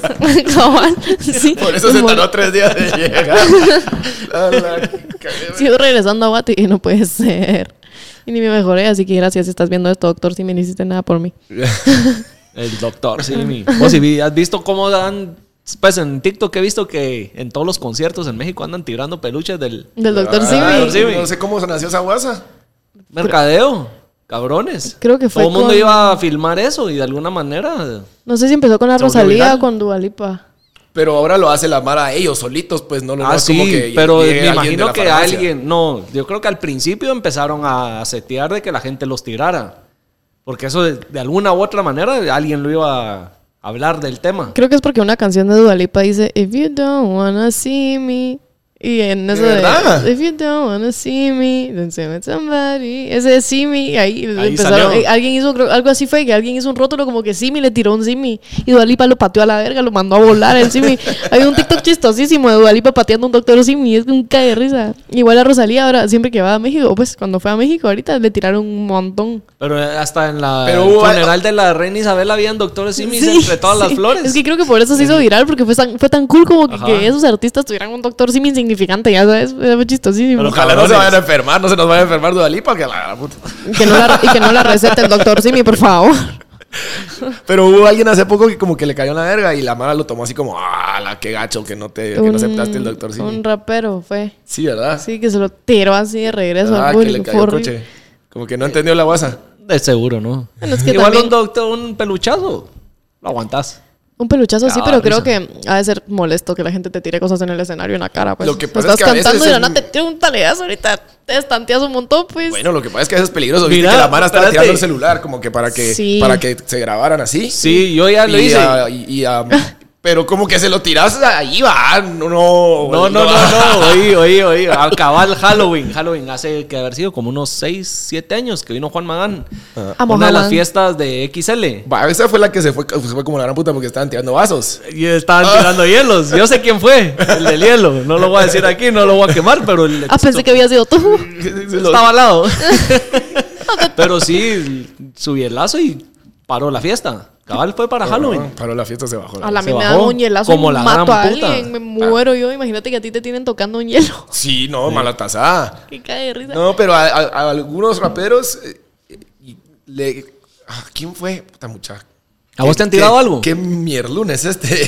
Cabal, sí.
Por eso se
Como-
tardó tres días de llegar. A la-
Sigo regresando a Guate y no puede ser. Y ni me mejoré, así que gracias si estás viendo esto, doctor, si me no hiciste nada por mí.
El doctor, sí. mi- Vos sí vi- has visto cómo dan. Pues en TikTok he visto que en todos los conciertos en México andan tirando peluches del
Del doctor
Ah,
Simi.
sí. Simi.
No sé cómo se nació esa guasa.
mercadeo. Cabrones.
Creo que fue
Todo el mundo
con-
iba a filmar eso y de alguna manera.
No sé si empezó con la
Saúl
Rosalía
Vidal.
o con Dualipa.
Pero ahora lo hace la Mara ellos solitos, pues no lo no
ah,
es como
sí,
que
pero
llegue
me
alguien de
imagino
la
que
farmacia.
alguien. No, yo creo que al principio empezaron a setear de que la gente los tirara. Porque eso de, de alguna u otra manera alguien lo iba a hablar del tema.
Creo que es porque una canción de Dualipa dice If you don't wanna see me. Y en eso
¿De
de,
verdad?
If you don't wanna see me, then see me somebody. Ese es Simi. Ahí, empezaron.
salió.
eh, alguien hizo, creo- algo así fue que alguien hizo un rótulo como que Simi le tiró un Simi. Y Dualipa lo pateó a la verga, lo mandó a volar el Simi. Hay un TikTok chistosísimo de Dualipa pateando a un doctor Simi. Es un cae de risa. Igual a Rosalía ahora, siempre que va a México, pues cuando fue a México ahorita le tiraron un montón.
Pero hasta en la
Pero
el
hubo-
funeral de la reina Isabel habían doctores simis
Sí,
entre todas las
sí.
flores.
Es que creo que por eso se hizo viral, porque fue tan, fue tan cool como que,
Ajá.
que esos artistas tuvieran un doctor simi insignificante, ya sabes, era muy chistosísimo.
Pero
Ojalá no se
Cabrones.
vayan a enfermar, no se nos vaya a enfermar Dudalipa, que la puta.
Y que no la, y que no la recete el doctor simi, por favor.
Pero hubo alguien hace poco que como que le cayó en la verga y la Mara lo tomó así como, ah, la que gacho que no te que no
Un-
aceptaste el doctor Simi.
Un rapero fue.
Sí, ¿verdad?
Sí, que se lo tiró así de regreso
ah,
al
que le
público.
cayó
fue
el
horrible.
coche. Como que no entendió la guasa.
De seguro, ¿no?
Bueno, es que
Igual
también-
un doctor, un peluchazo, lo aguantás.
Un peluchazo así,
Ah,
pero
risa.
creo que ha de ser molesto que la gente te tire cosas en el escenario en la cara. Pues.
Lo que pasa
Estás
es que a veces
cantando y
es
la nada
un-
te tira un talegazo ahorita. Te estanteas un montón, pues.
Bueno, lo que pasa es que eso es peligroso, viste
Mira,
que la Mara estaba
espérate.
tirando el celular como que para que
Sí.
para que se grabaran así.
Sí, yo ya lo
Y
hice.
a- y- y a- pero como que se lo tiras ahí va, ah, no no
No, no, no, no, oí, oí, oí. Al cabal Halloween, Halloween hace que haber sido como unos 6, 7 años que vino Juan Magán.
Ah. Amo
Una de las
Magán.
fiestas de XL.
Va, esa fue la que se fue, se fue como la gran puta porque estaban tirando vasos.
Y estaban tirando hielos. Yo sé quién fue, el del hielo. No lo voy a decir aquí, no lo voy a quemar, pero el-
ah, pensé que había sido tú.
estaba al lado. pero sí, subí el lazo y paró la fiesta. Cabal fue para Halloween.
Ah, Paró la fiesta, se bajó. la-
A la
Se
mía me
bajó
dan un hielazo
como
y
la
mato
gran
a
puta.
alguien. Me muero yo. Imagínate que a ti te tienen tocando un hielo.
Sí, no, mala tasada.
Que cae de risa.
No, pero a, a- a algunos raperos eh, y le ah, ¿Quién fue? Puta muchacha.
¿A vos te han tirado algo?
¿Qué mierlun es este?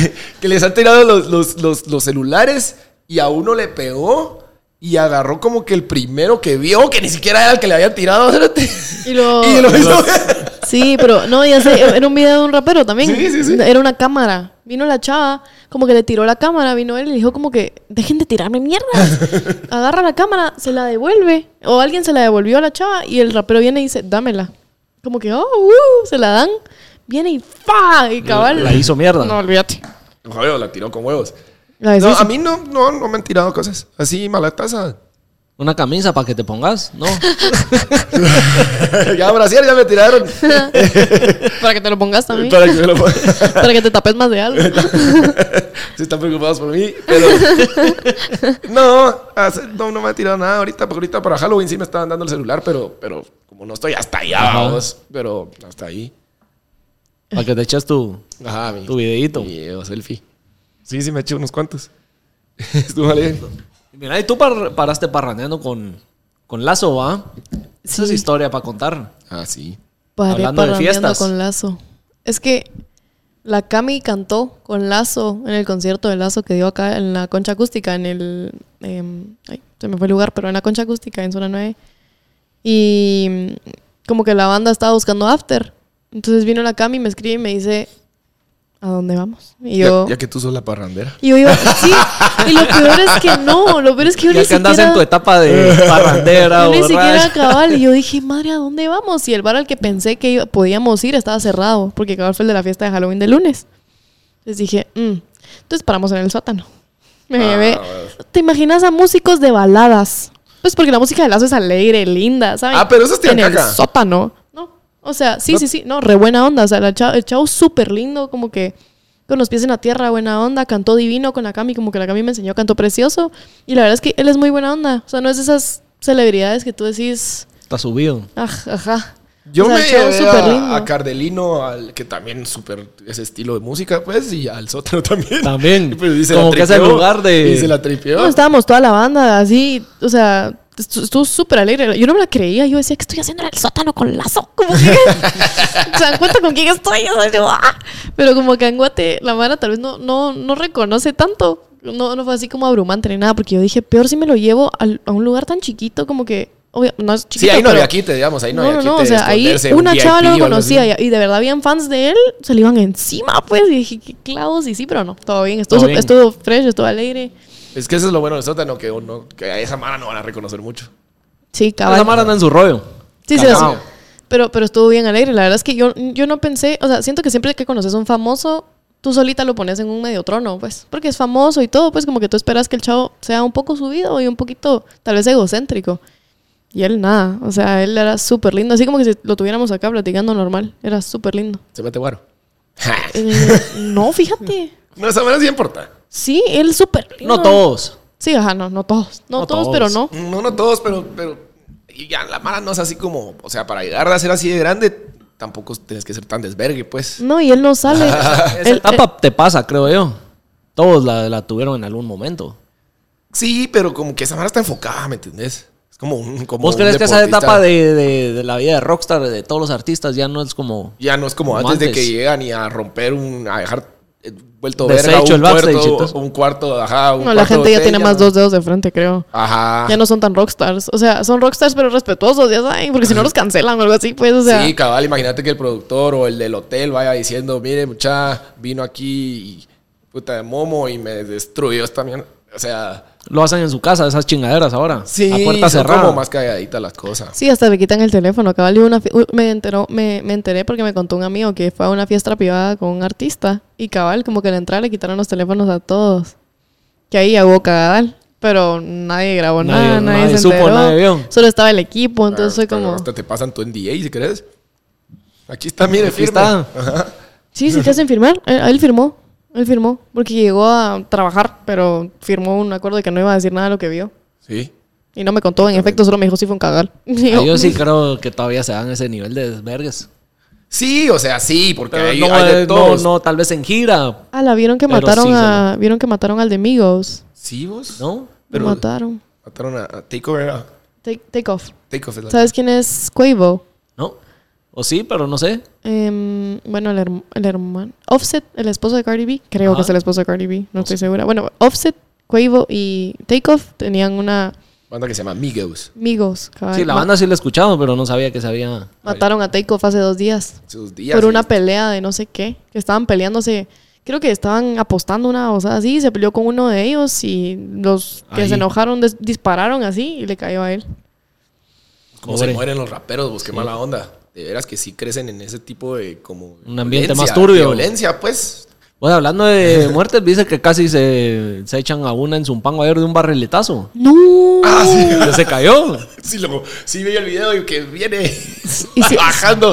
que les han tirado los, los- los- los celulares y a uno le pegó y agarró como que el primero que vio, que ni siquiera era el que le había tirado. espérate.
Y lo-
Y lo hizo.
Sí, pero no, ya sé. Era un video de un rapero también.
Sí, sí, sí.
Era una cámara. Vino la chava, como que le tiró la cámara. Vino él y le dijo, como que dejen de tirarme mierda. Agarra la cámara, se la devuelve. O alguien se la devolvió a la chava y el rapero viene y dice, dámela. Como que, oh, uh, se la dan. Viene y fa Y cabal.
La hizo mierda.
No, olvídate.
Joder, la tiró con huevos.
La
No,
deshizo.
a mí no, no, no me han tirado cosas. Así, mala taza.
Una camisa para que te pongas, ¿no?
ya, Brasil, ya me tiraron.
Para que te lo pongas también.
Para que me lo ponga.
Para que te tapes más de algo.
Si están preocupados por mí, pero. no, hace- no, no me ha tirado nada ahorita, porque ahorita para Halloween sí me estaban dando el celular, pero, pero como no estoy hasta allá,
Ajá.
vamos, pero hasta ahí.
Para que te echas tu,
Ajá, mi.
tu videíto.
video, selfie. Sí, sí, me eché unos cuantos. Estuvo alegre.
Mira, y tú par- paraste parraneando con, con Lazo, ¿va? Esa es historia para contar.
Ah, sí.
Paré
Hablando de
parrandeando
fiestas.
con Lazo. Es que la Cami cantó con Lazo en el concierto de Lazo que dio acá en la Concha Acústica, en el... em, ay, se me fue el lugar, pero en la Concha Acústica, en Zona 9. Y mm, como que la banda estaba buscando after. Entonces vino la Cami, me escribe y me dice, ¿a dónde vamos? Y yo...
Ya, ya que tú sos la parrandera.
Y yo iba, sí, y lo peor es que no, lo peor es que yo
Ya
ni
que andas
siquiera-
en tu etapa de parrandera,
yo ni siquiera
borracha.
cabal. Y yo dije, madre, ¿a dónde vamos? Y el bar al que pensé que iba- podíamos ir estaba cerrado, porque cabal fue el de la fiesta de Halloween de lunes. Entonces dije, mm. entonces paramos en el sótano. Me
Ah,
llevé.
bueno.
¿Te imaginas a músicos de baladas? Pues porque la música de Lazo es alegre, linda, ¿sabes?
Ah, pero esos tiran
En el
caca.
sótano. No. O sea, sí, sí, sí. No, re buena onda. O sea, la chao- el chavo súper lindo, como que con los pies en la tierra, buena onda, cantó divino con la Cami, como que la Cami me enseñó, cantó precioso. Y la verdad es que él es muy buena onda. O sea, no es de esas celebridades que tú decís,
Está subido.
aj, ajá.
Yo
O sea,
me
el show
llevé
súper
a,
lindo.
a Cardelino, al que también súper ese estilo de música, pues, y al sótano también.
También.
Pues, y se la
Como que es el
tripeó,
lugar de-
Y se la tripeó.
No, estábamos toda la banda así, o sea, estu- estuvo súper alegre. Yo no me la creía, yo decía que estoy haciendo en el sótano con lazo. Como que se dan cuenta con quién estoy. yo soy yo, ¡ah! Pero como que en Guate la mara tal vez no, no, no reconoce tanto. No, no fue así como abrumante ni nada, porque yo dije, peor si me lo llevo al- a un lugar tan chiquito, como que. obvio, no es chiquito,
sí, ahí no
pero-
había quite, digamos, ahí no, había quite.
o sea, ahí
esconderse en un
una chava no
VIP
lo
o algo así.
conocía y, y de verdad habían fans de él, se le iban encima, pues, y dije, qué clavos, y sí, pero no, todo bien, estuvo,
Todo bien.
estuvo fresh, estuvo alegre.
Es que eso es lo bueno del sótano, que, uno, que a esa mara no van a reconocer mucho.
Sí,
Esa
cabal.
mara anda en su rollo.
Sí, sí,
Cacao.
sí. Pero, pero estuvo bien alegre. La verdad es que yo, yo no pensé, o sea, siento que siempre que conoces a un famoso, tú solita lo pones en un medio trono, pues, porque es famoso y todo, pues como que tú esperas que el chavo sea un poco subido y un poquito, tal vez, egocéntrico. Y él nada, o sea, él era súper lindo, así como que si lo tuviéramos acá platicando normal, era súper lindo.
Se mete guaro.
Eh, no, fíjate.
no, esa mara sí importa.
Sí, él súper lindo.
No todos.
Sí, ajá, no, no todos. No,
No
todos,
todos.
pero no.
No, no todos, pero, pero y ya, la mara no es así como, o sea, para llegar a ser así de grande, tampoco tienes que ser tan desvergue, pues.
No, y él no sale.
Esa
Él-
etapa te pasa, creo yo. Todos la, la tuvieron en algún momento.
Sí, pero como que esa mara está enfocada, ¿me entendés? Es como un como
¿Vos
un
crees que esa
deportista.
etapa de, de- de la vida de rockstar, de todos los artistas, ya no es como...
Ya no es como,
Como
antes, de
antes.
que llegan y a romper un... A dejar eh, vuelto
Deshecho
verga
el
un
backstage,
cuarto,
entonces.
un cuarto, ajá, un
eh, No, la
cuarto
gente ya
hotel,
tiene más
no-
dos dedos de frente, creo.
Ah.
Ajá.
Ya no son tan rockstars. O sea, son rockstars pero respetuosos, ya saben, porque si no los cancelan o algo así, pues, o sea.
sí, cabal, imagínate que el productor o el del hotel vaya diciendo, mire, mucha, vino aquí y, puta de momo y me destruyó esta mierda. O sea,
Lo hacen en su casa, esas chingaderas ahora.
sí,
A puerta
son
cerrada.
como más calladita las cosas.
Sí, hasta me quitan el teléfono. Cabal, iba a una fie- uy, me, enteró, me, me enteré porque me contó un amigo que fue a una fiesta privada con un artista y cabal, como que al entrar le quitaron los teléfonos a todos. Que ahí hubo cagadal, pero nadie grabó
Nadie-
nada, nadie,
nadie
se
supo,
enteró.
nadie vio.
Solo estaba el equipo, entonces soy
Ah, pero
como...
Hasta te pasan tu NDA si crees. Aquí está, mire,
Aquí
aquí
está.
Sí, sí te hacen firmar. Él, él firmó. Él firmó. Porque llegó a trabajar, pero firmó un acuerdo de que no iba a decir nada de lo que vio.
Sí.
Y no me contó, en efecto, solo me dijo si fue un cagal. Y
Ah, Yo sí creo que todavía se dan ese nivel de desvergues.
Sí, o sea, sí, porque
Pero
hay,
no,
hay de
eh, no,
todos.
no, tal vez en gira,
Ah, la vieron que
Pero
mataron
sí,
a. Vieron que mataron al de Migos.
Sí, vos.
¿no?
Lo
Pero-
mataron.
Mataron a, a Takeover. a-
Take, take off.
Takeoff es la-
¿Sabes quién es Quavo?
¿No? O sí, pero no sé.
Em, bueno, el, herm- el hermano. Offset, el esposo de Cardi B. Creo
Ajá.
que es el esposo de Cardi B. No estoy segura. Bueno, Offset, Quavo y Take off tenían una.
banda que se llama Migos.
Migos. cabal.
Sí, la
Ma-
banda sí la he escuchado, pero no sabía que se había...
Mataron a Take off hace dos días.
Sus días.
por
sí.
una pelea de no sé qué, que estaban peleándose, creo que estaban apostando una cosa así, y se peleó con uno de ellos y los que
Ahí.
se enojaron des- dispararon así y le cayó a él.
Como
Pobre.
se mueren los raperos, vos qué mala onda. De veras que sí crecen en ese tipo de como.
Un ambiente más
violencia,
turbio.
Violencia, pues.
Bueno, hablando de muertes, dice que casi se, se echan a una en Zumpango ayer de un barriletazo.
¡No!
Ah, sí.
Que se cayó.
Sí, lo, sí veía el video y que viene
Y sí-
bajando.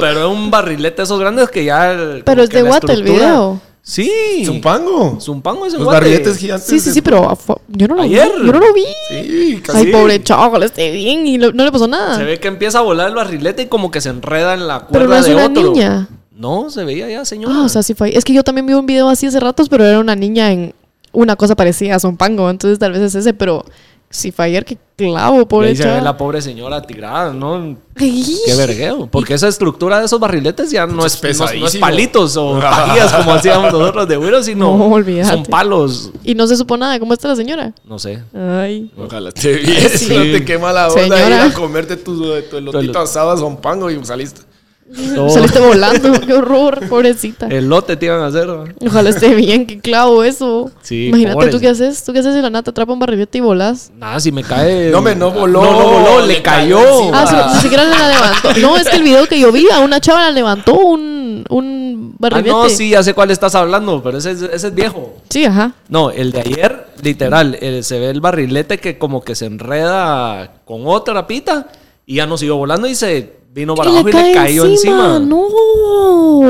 Pero era un barrilete esos grandes que ya... el- como
Pero es
que
de
la
Guate el
estructura-
video.
Sí. Zumpango.
Zumpango.
Zumpango es en
Los
Guate.
barriletes gigantes.
Sí, sí,
de-
sí, pero afu- yo no lo
Ayer.
vi. Yo no lo vi.
Sí, casi.
Ay, pobre chavo, le esté bien y lo- no le pasó
Se
nada.
ve que empieza a volar el barrilete y como que se enreda en la cuerda
Pero no es
de
una
otro.
niña.
No, se veía ya, señor.
Ah, o sea, sí fue. ahí. Es que yo también vi un video así hace ratos, pero era una niña en una cosa parecida a Zompango, entonces tal vez es ese, pero si fue ayer, que clavo,
y
pobre
ahí se ve
chava.
la pobre señora tirada, ¿no?
Ay.
Qué vergueo. Porque esa estructura de esos barriletes ya no
Pues
es,
es
no- no, es
pesadísimo.
palitos o pajillas como hacíamos nosotros de güero, sino
No, olvídate.
son palos.
Y no se supo nada. ¿Cómo está la señora?
No sé.
Ay.
Ojalá te vies,
Sí.
no te quema la onda
Señora.
ir a comerte tu, tu elotito
elotito.
asado a Zumpango y saliste.
No.
Saliste volando. Qué horror, pobrecita.
Elote te iban a hacer. ¿no?
Ojalá esté bien, qué clavo eso.
Sí,
Imagínate tú
pobres.
qué haces. ¿Tú qué haces si la nata atrapa un barrilete y volás?
Nada, si me cae.
No, me no voló.
No, no voló, le,
Le
cayó.
cayó encima.
Ah,
Ah.
sí, pero ni siquiera la levantó. No, es que el video que yo vi, a una chava la levantó un, un
Ah,
barrilete.
no, sí, ya sé cuál estás hablando, pero ese, es- ese es viejo.
Sí, ajá.
No, el de ayer, literal, eh, se ve el barrilete que como que se enreda con otra pita y ya nos siguió volando y se vino para abajo y le cayó encima.
¡No!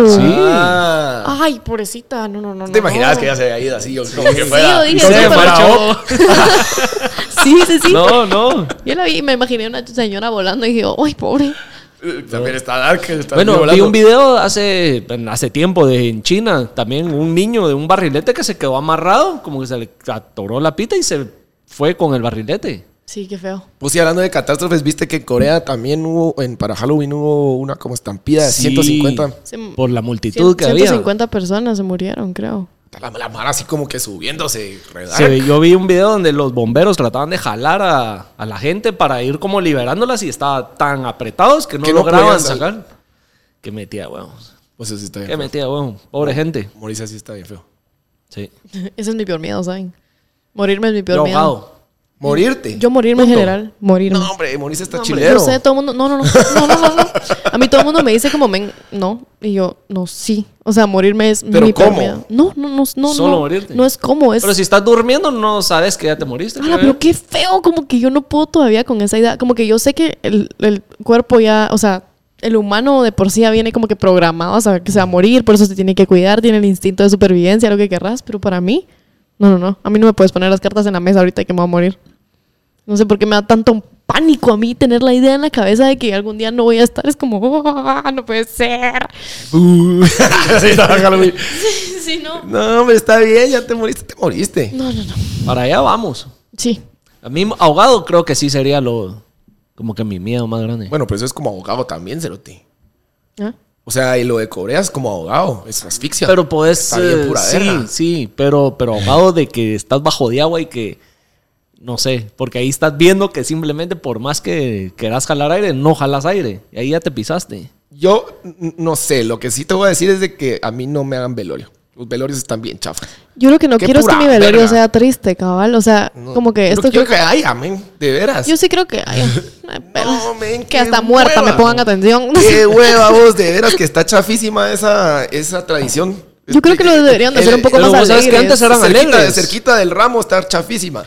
Sí.
Ah.
Ay, pobrecita. No, no, no.
¿Te
no.
imaginas que ya se había ido así? Yo, como que
Ah. sí,
fuera.
yo dije,
como
sí,
que
pero-
fuera
marchó.
otro.
Sí, sí, sí.
No, no.
Yo la vi y me imaginé una señora volando y dije, ¡ay, pobre!
También está Dark. Está
Bueno, vi
volando.
un video hace, hace tiempo de en China, también un niño de un barrilete que se quedó amarrado, como que se le atoró la pita y se fue con el barrilete.
Sí, qué feo.
Pues sí, hablando de catástrofes, viste que en Corea también hubo, en, para Halloween hubo una como estampida de
Sí.
150.
Se-
Por la
Cien-
multitud que
150 personas se murieron, creo.
La, la mara así como que subiéndose,
había. Se ve- yo vi un video donde los bomberos trataban de jalar a, a la gente para ir como liberándolas y estaba tan apretados que no
Que no
lograban
podían salir.
sacar. Qué metida, huevón.
Pues eso sí está bien.
Qué
feo.
metida, huevón. Pobre gente.
Morirse así está bien feo.
Sí.
Ese es mi peor miedo, ¿saben? Morirme es mi peor
Yo
miedo.
ahogado.
Morirte.
Yo morirme en general. Morirme.
No, hombre, morirse está
No, hombre,
chilero.
Yo sé, todo el mundo. No, no, no. No, no, no. no. A mí todo el mundo me dice como, men, no. Y yo, no, sí. O sea, morirme es
¿Pero
mi peor
cómo?
miedo. No, no, no. no
Solo
no,
morirte.
No es como, es.
Pero si estás durmiendo, no sabes que ya te moriste.
Ala,
creo yo.
Ah, pero qué feo, como que yo no puedo todavía con esa idea. Como que yo sé que el, el cuerpo ya, o sea, el humano de por sí ya viene como que programado a saber que se va a morir, por eso se tiene que cuidar, tiene el instinto de supervivencia, lo que querrás, pero para mí, no, no, no. A mí no me puedes poner las cartas en la mesa ahorita que me voy a morir. No sé por qué me da tanto pánico a mí tener la idea en la cabeza de que algún día no voy a estar. Es como, "Ah, no puede ser.
Uh, así estaba Halloween.
Sí, no.
No, hombre, está bien, ya te moriste, te moriste.
No, no, no.
Para allá vamos.
Sí.
A mí ahogado creo que sí sería lo... Como que mi miedo más grande.
Bueno, pero eso es como ahogado también, Cerote.
¿Ah?
O sea, y lo de Corea es como ahogado, es asfixia.
pero podés...
Está bien
eh,
pura
sí,
verga.
sí. Pero, pero ahogado de que estás bajo de agua y que... No sé. Porque ahí estás viendo que simplemente por más que querás jalar aire, no jalas aire. Y ahí ya te pisaste.
Yo n- no sé, lo que sí te voy a decir es de que a mí no me hagan velorio. Los velorios están bien chafas.
Yo lo que no
Qué
quiero es que
pura
mi velorio
verga.
sea triste, cabal. O sea,
No,
como que
yo
esto
no quiero que haya, men, de veras.
Yo sí creo que. ay, ay, pelas.
men, qué
que hasta muerta
hueva. Eh,
me pongan atención.
Qué hueva vos, de veras que está chafísima esa, esa tradición.
Yo creo que
eh,
lo deberían de hacer un poco
Pero
más
vos sabes
alegres.
que antes eran
cerquita,
alegres.
cerquita del ramo está chafísima.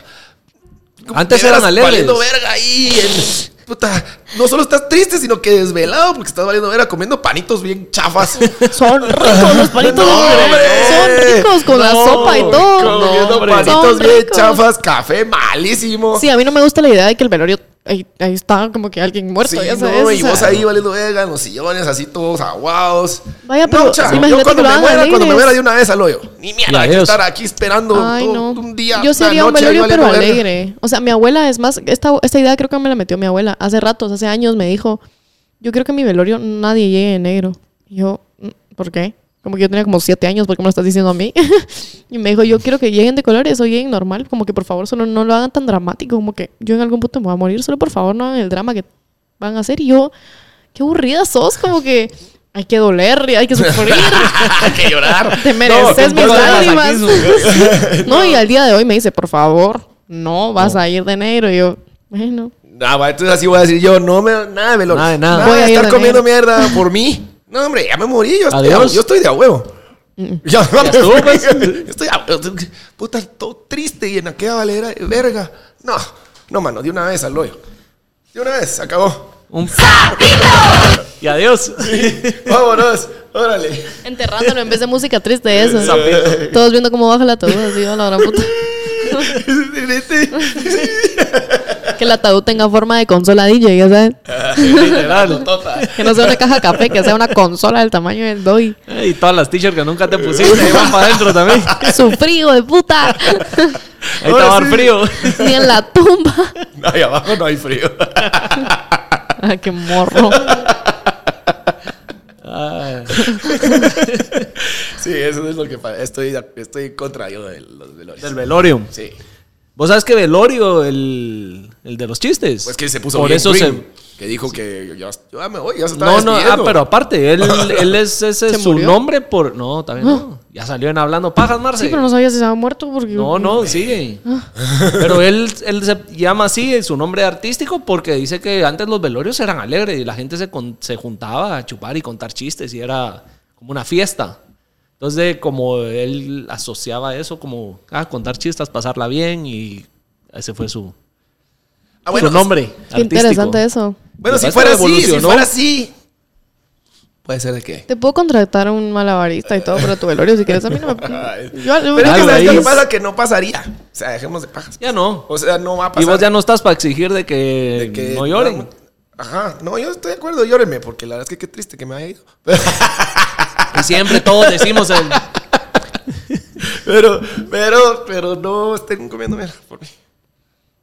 Antes
De
eran
veras,
alegres.
Valiendo verga ahí. en- puta, no solo estás triste, sino que desvelado porque estás valiendo verga comiendo panitos bien chafas.
Son ricos los palitos.
No, hombre.
son ricos con la
No,
sopa y todo.
no,
comiendo
hombre.
panitos
Son
bien
ricos.
chafas, café malísimo.
Sí, a mí no me gusta la idea de que el velorio. Ahí, ahí está como que alguien muerto,
Sí,
ya sabes.
no,
o
y
sea,
vos ahí valiendo verga, en los sillones así todos aguados.
Vaya,
No,
pero
cha,
imagínate
yo
que
cuando
lo
me
hagan
muera, cuando me
alegres.
muera de una vez al hoyo. Ni mierda, hay que
adiós.
estar aquí esperando
Ay,
todo
no.
un día.
Yo
una
sería un
noche ahí
velorio, pero
valiendo verga.
alegre. O sea, mi abuela, es más, esta, esta idea creo que me la metió mi abuela. Hace ratos, hace años me dijo: Yo creo que mi velorio nadie llegue de negro. Y yo, "Mm, ¿por qué? Como que yo tenía como siete años, ¿por qué me lo estás diciendo a mí? y me dijo: Yo quiero que lleguen de colores o lleguen normal. Como que por favor, solo no lo hagan tan dramático. Como que yo en algún punto me voy a morir. Solo por favor, no hagan el drama que van a hacer. Y yo, qué aburrida sos. Como que hay que doler y hay que sufrir.
Hay que llorar.
Te mereces mis
No, que
lágrimas.
masoquismo.
No, y al día de hoy me dice, por favor, no vas a ir de negro. Y yo, bueno.
Nah, Ah, va, entonces así voy a decir yo, no me nada de velorio.
Nada de nada.
Voy
Voy
a
a ir
estar
de
comiendo mierda por mí. No, hombre, ya me morí, yo estoy, a,
Adiós.
yo estoy de a huevo. Ya, me
estuvo,
fui,
pues.
yo estoy a huevo. Puta, todo triste y en aquella valera, verga. No, no, mano, de una vez al hoyo. De una vez, se acabó.
Un- Y adiós.
Vámonos, órale.
Enterrándolo en vez de música triste, eso. Todos viendo cómo baja el ataúd, así, a la gran puta. Que el ataúd tenga forma de consola DJ, ya saben.
Literal.
Que no sea una caja de café, que sea una consola del tamaño del doy.
Y todas las t-shirts que nunca te pusiste ahí van para adentro también.
Sufrido de puta.
Ahí
Ahora
estaba
sí.
frío.
Ni en la tumba.
Ahí abajo no hay frío.
Ah, qué morro.
Sí, eso es lo que pasa. Estoy, estoy en contra yo de los velorios.
Del velorio.
Sí.
Vos sabes que velorio, el, el de los chistes.
Pues que se puso
Por
bien
eso
green,
se.
Que dijo que yo, ya- yo ya me voy, ya se estaba
No, no, ah,
despidiendo.
pero aparte, él, él es ese
¿Se
su
murió?
nombre por. No, también no. Ya salió en hablando pajas, Marce.
Sí, pero no Ah. sabía si estaba muerto porque...
No, no, sigue. Pero él, él se llama así eh, su nombre artístico porque dice que antes los velorios eran alegres y la gente se, con- se juntaba a chupar y contar chistes y era como una fiesta. Entonces, como él asociaba eso como ah, contar chistes, pasarla bien y ese fue su,
Ah, bueno,
su nombre
Qué
artístico.
interesante eso.
Ah, Bueno,
Lo que
si
pasa
fuera
es que
así, si
evolucionó.
fuera así. Puede ser de qué.
Te puedo contratar a un malabarista y todo, pero tu velorio, si quieres, a mí no me. Yo, yo-
Pero es que
Algo
¿sabes qué
ahí.
lo que pasa? Que no pasaría. O sea, dejemos de pajas.
Ya no.
O sea, no va a
Y
pasar.
vos ya no estás para exigir de que,
de que-
no lloren.
Ajá. No, yo estoy de acuerdo, llórenme, porque la verdad es que qué triste que me haya ido. Pero,
Y siempre todos decimos el...
pero, pero, pero no estén comiendo mierda por mí.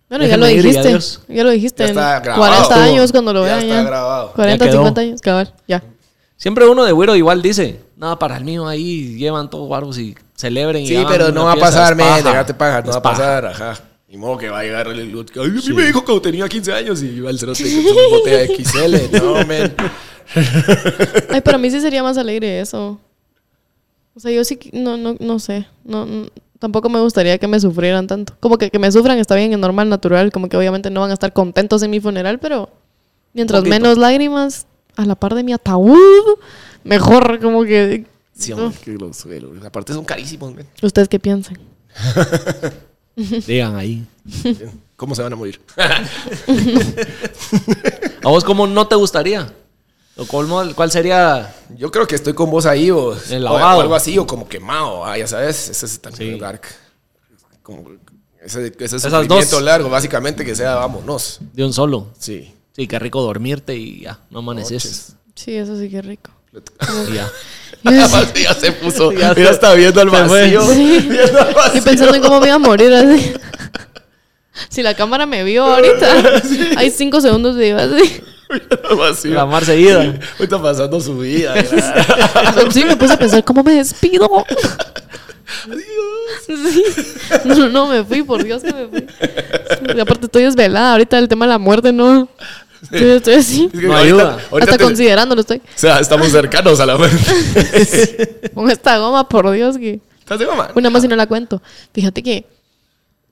Bueno, ya lo
Déjenme ir y
dijiste.
adiós.
Ya lo dijiste.
Ya
en
está grabado.
40
Estuvo.
años cuando lo
Ya
vean.
está
ya.
grabado.
40,
Ya quedó.
50 años, cabal. Ya.
Siempre uno de güero igual dice, no, para el mío ahí llevan todos guarbos y celebren. y
Sí,
hagan
pero
una
no va a
fiesta, es
pasarme,
paja.
déjate paja, no
Es
va a
paja.
pasar, ajá. Ni modo que va a llegar el el- que, Ay, a mí me dijo que tenía 15 años y iba al cerote con su botella XL. No, men.
Ay, pero a mí sí sería más alegre eso. O sea, yo sí, que- no, no, no sé. No, no- tampoco me gustaría que me sufrieran tanto. Como que, que me sufran está bien, es normal, natural. Como que obviamente no van a estar contentos en mi funeral, pero mientras
Poquito.
menos lágrimas a la par de mi ataúd, mejor. Como que.
Sí, hombre, que los suelos. Aparte son carísimos, men.
¿Ustedes qué piensan?
Digan ahí.
¿Cómo se van a morir?
¿A vos cómo no te gustaría? ¿O cómo- ¿Cuál sería?
Yo creo que estoy con vos ahí, vos.
El
O-
lavado.
O algo así, o como quemado. Ah, ya sabes, ese es tan
Sí.
dark. Como ese, ese
Esas
sufrimiento
dos.
largo, básicamente, que sea vámonos.
De un solo.
Sí.
Sí, qué rico dormirte y ya, no amaneces.
Sí, eso sí que rico.
Y ya.
Aparte ya se puso, ya,
Ya se-
está viendo al
se fue.
vacío.
Sí.
Viendo al
Y
vacío.
pensando en cómo me iba a morir así. Si la cámara me vio ahorita, hay cinco segundos de yo así.
Viendo al vacío.
La mar seguida.
Hoy está pasando su vida.
Sí, me puse a pensar cómo me despido. Sí. No, no, me fui, por Dios que me fui. Sí, aparte estoy desvelada, ahorita el tema de la muerte no. Yo estoy así.
Es que
No
ahorita-
ayuda.
ahorita
Hasta
te-
considerándolo estoy.
O sea, estamos cercanos a la muerte.
Con esta goma, por Dios que.
¿Estás de goma?
Una más y no la cuento. Fíjate que.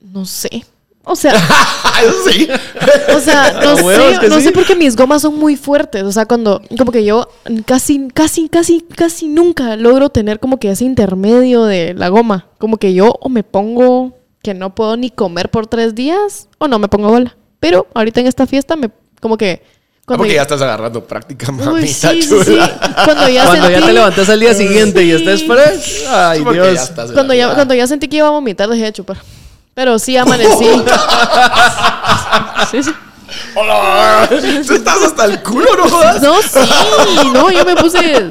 No sé. O sea,
Ah, Eso sí.
O sea,
A
no,
huevos
sé,
que
no
sí.
sé por qué mis gomas son muy fuertes. O sea, cuando, como que yo casi, casi, casi, casi nunca logro tener como que ese intermedio de la goma. Como que yo o me pongo que no puedo ni comer por tres días o no me pongo bola. Pero ahorita en esta fiesta me, como que...
Ah,
cuando
porque
yo-
ya estás agarrando práctica,
Uy,
mamita
sí, sí,
chula.
sí. Cuando ya
Cuando ya
sentí-
te levantas al día siguiente y
Sí.
estés fresh. Ay,
Porque ya
Dios.
estás en
Cuando
la
ya,
vida.
cuando ya sentí que iba a vomitar, dejé de chupar. Pero sí amanecí. Sí, sí.
¡Hola! Tú estás hasta el culo, no jodas.
No, sí, no, yo me puse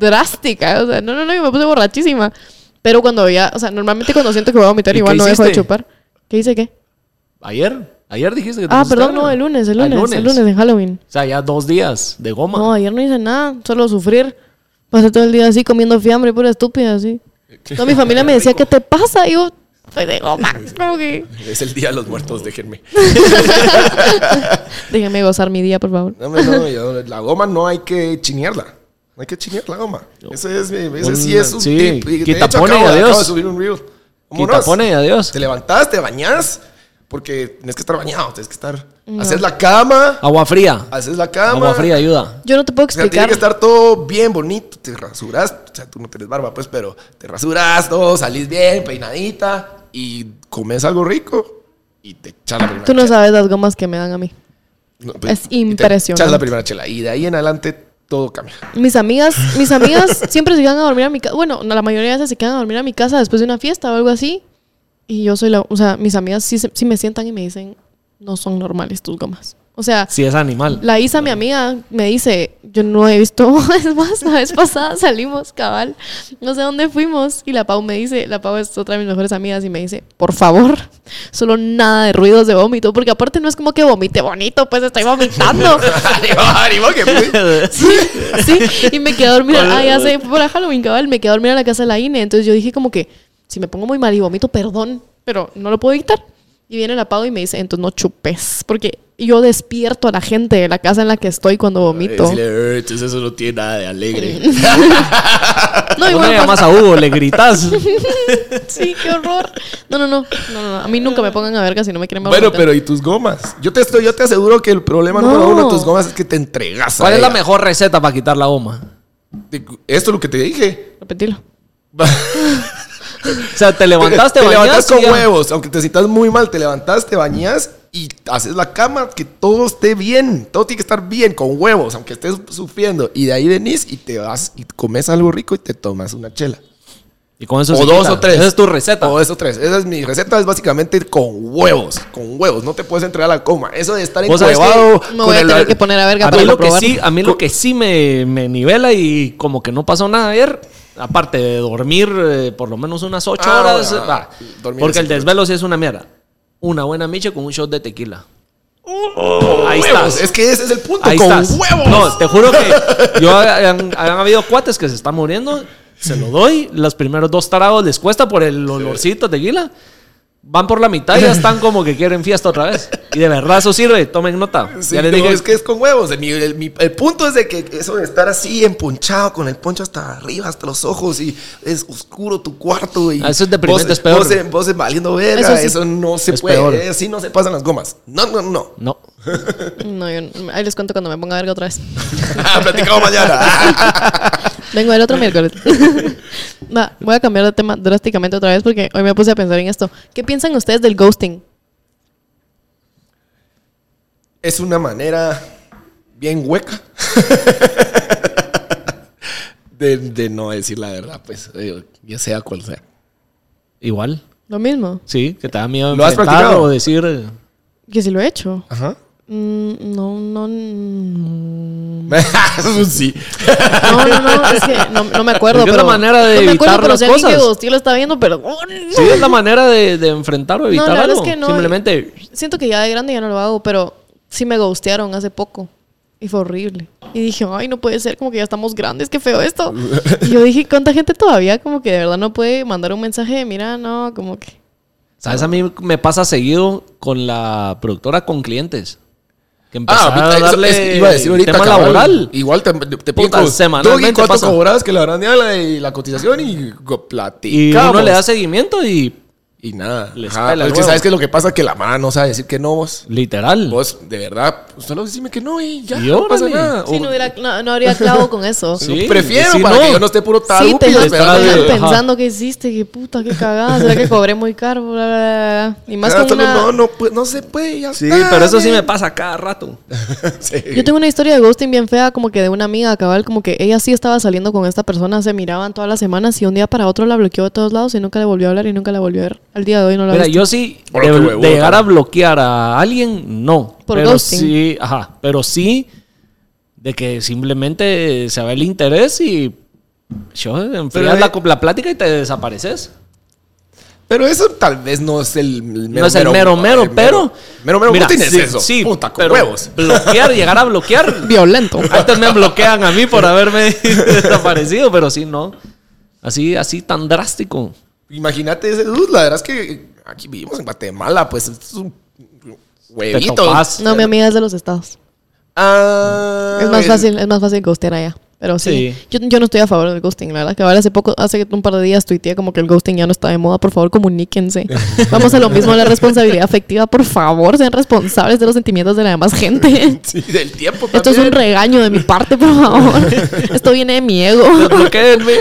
drástica, o sea, no, no, no, yo me puse borrachísima. Pero cuando ya, o sea, normalmente cuando siento que voy a vomitar,
¿Y
igual
qué
no dejo de
hiciste?
chupar. ¿Qué hice qué?
Ayer. Ayer dijiste que te
Ah,
pusiste
perdón,
verga.
no, el lunes, el
Ah,
lunes, el lunes en Halloween.
O sea, ya dos días de goma.
No, ayer no hice nada, solo sufrir. Pasé todo el día así comiendo fiambre, pura estúpida, así. Toda mi familia me decía, ¿qué te pasa? Y yo, soy de goma. Como que,
Es el día de los muertos, déjenme.
déjame gozar mi día, por favor.
No, no, no, yo- la goma no hay que chinearla. No hay que chinear la goma. Ese, es, mi- ese sí
Un-
es un
sí,
tip. Y de
quita
hecho,
pone,
acabo, de-
adiós.
acabo de subir un reel. Vámonos.
Quita, pone, adiós.
Te levantás, te bañás, porque tienes que estar bañado, tienes que estar... Haces la cama,
Agua fría.
haces la cama.
Agua fría ayuda.
Yo no te puedo
O sea, tiene
explicar.
que estar todo bien bonito. Te rasuras, o sea, tú no tenés barba, pues, pero te rasuras todo, salís bien, peinadita y comes algo rico y te echas la primera
Tú no
chela.
sabes las gomas que me dan a mí.
No, pues,
es
y te
impresionante.
Echas la primera chela y de ahí en adelante todo cambia.
Mis amigas, mis amigas siempre se quedan a dormir a mi casa. Bueno, no, la mayoría de veces se quedan a dormir a mi casa después de una fiesta o algo así. Y yo soy la, o sea, mis amigas sí, se- sí me sientan y me dicen, no son normales tus gomas. O sea,
Si es animal.
la Isa, mi amiga, me dice, yo no he visto, es más, la vez pasada salimos, cabal, no sé dónde fuimos. Y la Pau me dice, la Pau es otra de mis mejores amigas y me dice, por favor, solo nada de ruidos de vómito, porque aparte no es como que vomite bonito, pues estoy vomitando.
¡Ánimo, ánimo! que-
Sí, sí. Y me quedé a dormir. Ah, ya sé, fue para Halloween, cabal. Me quedé a dormir a la casa de la INE. Entonces yo dije como que, si me pongo muy mal y vomito, perdón, pero no lo puedo evitar. Y viene la Pau y me dice, entonces no chupes. Porque yo despierto a la gente de la casa en la que estoy cuando vomito.
Decirle, "Eh, entonces eso no tiene nada de alegre.
No, y
Vos no
bueno,
llamas a Hugo, le gritas.
pues, sí, qué horror. No, no, no. No, no, no. A mí nunca me pongan a verga si no me quieren ver
bueno,
vomitar.
pero ¿y tus gomas? Yo te estoy, yo te aseguro que el problema
No.
número uno de tus gomas es que te entregas. a
¿Cuál es la
ella.
mejor receta para quitar la goma?
Esto es lo que te dije.
Repetilo.
O sea, te levantaste,
te levantas
bañaste.
con huevos, aunque te sientas muy mal, te levantas, te bañas y haces la cama que todo esté bien, todo tiene que estar bien, con huevos, aunque estés sufriendo. Y de ahí venís y te vas y comes algo rico y te tomas una chela.
Y con eso
o
se
dos
quita.
o tres.
Esa es tu receta.
O eso tres. Esa es mi receta, es básicamente ir con huevos. Con huevos. No te puedes entregar a la coma. Eso de estar
Vos sabés
encuevado.
Me voy a tener que poner a verga
A mí
para
lo que
comprobar.
sí, a mí lo que sí me, me nivela y como que no pasó nada ayer, aparte de dormir eh, por lo menos unas ocho
Ah,
horas,
bueno,
va,
dormir
porque
es
el desvelo sí es una mierda. Una buena miche con un shot de tequila. Ahí estás.
Es que ese es el punto.
Ahí
con
estás.
huevos.
No, te juro que yo han, han habido cuates que se están muriendo, se lo doy, los primeros dos tarados les cuesta por el olorcito a tequila. Van por la mitad y ya están como que quieren fiesta otra vez. Y de verdad eso sirve, tomen nota.
Sí,
ya les
no,
dije,
es que es con huevos. El, mi- el- mi- el punto es de que eso de estar así emponchado con el poncho hasta arriba, hasta los ojos y es oscuro tu cuarto y
Ah, eso es deprimente,
vos-
es peor.
Vos, vos valiendo verga,
Eso
eso,
sí.
no se
Es
puede,
peor.
eh, así no se pasan las gomas. No, no, no.
no.
No, yo no- ahí les cuento cuando me ponga a verga otra vez.
Platicamos mañana.
Vengo el otro miércoles. Va, voy a cambiar de tema drásticamente otra vez porque hoy me puse a pensar en esto. ¿Qué piensan ustedes del ghosting?
es una manera bien hueca de, de no decir la verdad, pues, eh, ya sea cual sea.
Igual.
Lo mismo.
Sí, que te da miedo
¿Lo has
enfrentar
practicado?
o decir. eh,
Que si lo he hecho.
Ajá.
Mm, No, no, mm. no,
Eso es un sí.
no, no, es que no, no me acuerdo.
Es que es la
pero-
manera de
no me acuerdo,
evitar
pero
las
si alguien que
cosas.
ghosteó lo está viendo, perdón.
Sí, es la manera de, de enfrentar o
No, la
evitar
verdad
algo.
es que no.
Simplemente.
Siento que ya de grande ya no lo hago, pero sí me ghostearon hace poco. Y fue horrible. Y dije, ay, no puede ser, como que ya estamos grandes, qué feo esto. Y yo dije, ¿cuánta gente todavía como que de verdad no puede mandar un mensaje de, mira, no, como que...
¿Sabes? A mí me pasa seguido con la productora con clientes. Que empezó
Ah, ahorita,
a
eso-
darle
eso iba a decir ahorita.
tema
cabal.
laboral.
Igual te, te piden
Puta,
co-
semanalmente
Doggy, cuánto
pasa.
cobras que la gran la, y la cotización y go-
Y
platicamos.
uno le da seguimiento y
Y nada.
Les
Ajá,
pela
pero es que
huevo.
sabes que lo que pasa es que la mano no sabe decir que no vos.
literal.
Vos, de verdad, pues, solo decime que no y ya.
Y
no pasa
órale.
nada.
Sí,
O-
no, hubiera- no- no habría clavo con eso.
Sí,
Sí,
Prefiero
sí,
para
no.
que yo no esté puro tal.
te dejas
lo te esperaba
te dejas
que- ajá.
pensando que hiciste, que puta, qué cagada, será que cobré muy caro, bla, bla, bla. Y más
Ah,
con
solo
una...
no, no, pues, no se puede, ya
Sí,
está,
pero eso sí
bien.
me pasa cada rato.
Sí.
Yo tengo una historia de ghosting bien fea, como que de una amiga cabal, como que ella sí estaba saliendo con esta persona, se miraban todas las semanas y un día para otro la bloqueó de todos lados y nunca le volvió a hablar y nunca la volvió a ver. Al día de hoy no la
Mira,
veo.
yo sí,
Hola,
de,
qué
de
huevota.
llegar a bloquear a alguien, no.
Por
pero
ghosting.
sí, ajá, pero sí de que simplemente se va el interés y yo enfrias
Pero,
la,
eh,
la plática y te desapareces.
Pero eso tal vez no es el mero
no es el mero mero, pero
Mero mero,
Mira,
¿cómo tienes
sí,
eso?
Sí,
Puta, con
pero
huevos.
Bloquear, llegar a bloquear.
Violento.
Antes me bloquean a mí por haberme desaparecido, pero sí no. Así así tan drástico.
Imagínate ese dude, la verdad es que aquí vivimos en Guatemala, pues esto es un huevito.
topas.
No, mi amiga es de los estados.
Ah,
Es más
el-
fácil, es más fácil ghostear allá. Pero sí,
Sí.
Yo, yo no estoy a favor del ghosting, la verdad. Cabal, hace poco, hace un par de días tuiteé como que el ghosting ya no está de moda. Por favor, comuníquense. Vamos a lo mismo, la responsabilidad afectiva. Por favor, sean responsables de los sentimientos de la demás gente.
Sí, del tiempo
Esto es un
también.
regaño de mi parte, por favor. Esto viene de mi ego.
Bloqueenme.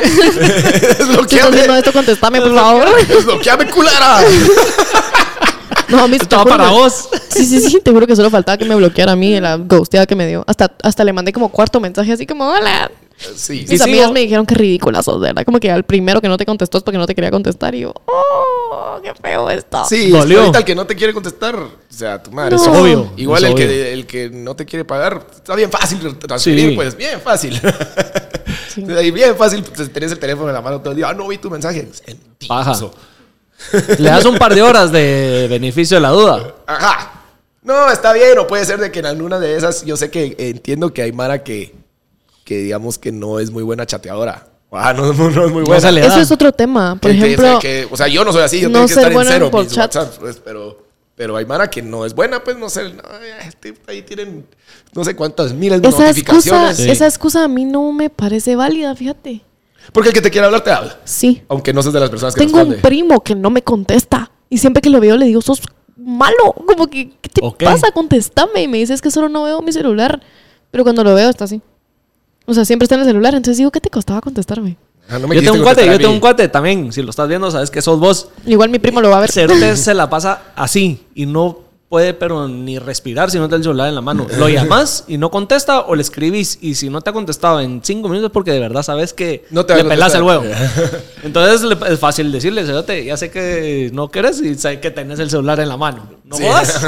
es lo
Si
que
estás viendo
hace.
esto, contéstame, por favor.
Es lo que hace, culera.
No, mis
Estaba para vos.
Sí, sí, sí, te juro que solo faltaba que me bloqueara a mí de la ghosteada que me dio. Hasta, hasta le mandé como cuarto mensaje así como, hola.
Sí,
Mis
sí,
amigas
o-
me dijeron que ridículas sos, de verdad. Como que al primero que no te contestó es porque no te quería contestar. Y yo, oh, qué feo esto.
sí,
Dolió.
es ahorita el que no te quiere contestar, o sea, tu madre.
No.
Es obvio.
Igual
es
el
obvio.
que, el que no te quiere pagar, está bien fácil transferir,
Sí.
pues, bien fácil.
Sí.
Y bien fácil, pues, tenés el teléfono en la mano todo el día, ah, no vi tu mensaje. Sentizo.
Paja. Le das un par de horas de beneficio de la duda.
Ajá. No, está bien, o puede ser de que en alguna de esas, yo sé que entiendo que hay Mara que, que digamos que no es muy buena chateadora. Ah, no, no, no es muy buena.
se le-
Eso es otro tema. Por
Que- que-
ejemplo,
que- o sea, yo no soy así, yo
no
tengo que
ser
estar en
buena
cero
por
mis
chat.
WhatsApp, pues, pero, pero hay Mara que no es buena, pues no sé, no, este, ahí tienen no sé cuántas miles de
esa excusa,
notificaciones.
Sí.
esa excusa a mí no me parece válida, fíjate.
Porque el que te quiere hablar te habla,
Sí.
aunque no seas de las personas que
Tengo un
responde.
primo que no me contesta. Y siempre que lo veo le digo, sos malo. Como que, ¿qué te
Ok.
pasa? Contéstame. Y me dice, es que solo no veo mi celular. Pero cuando lo veo está así. O sea, siempre está en el celular. Entonces digo, ¿qué te costaba contestarme?
Ah, no me
Yo tengo
quisiste
un cuate,
contestar a
yo tengo
mí.
un cuate también. Si lo estás viendo, sabes que sos vos.
Igual mi primo lo va a ver.
Cerote se la pasa así y no puede, pero ni respirar si no te el celular en la mano. Lo llamas y no contesta o le escribís. Y si no te ha contestado en cinco minutos, porque de verdad sabes que
No te va a
le pelas el huevo.
contestar.
Entonces le- es fácil decirle, cerote, ya sé que no quieres y sé que tenés el celular en la mano. No
Sí.
jodas.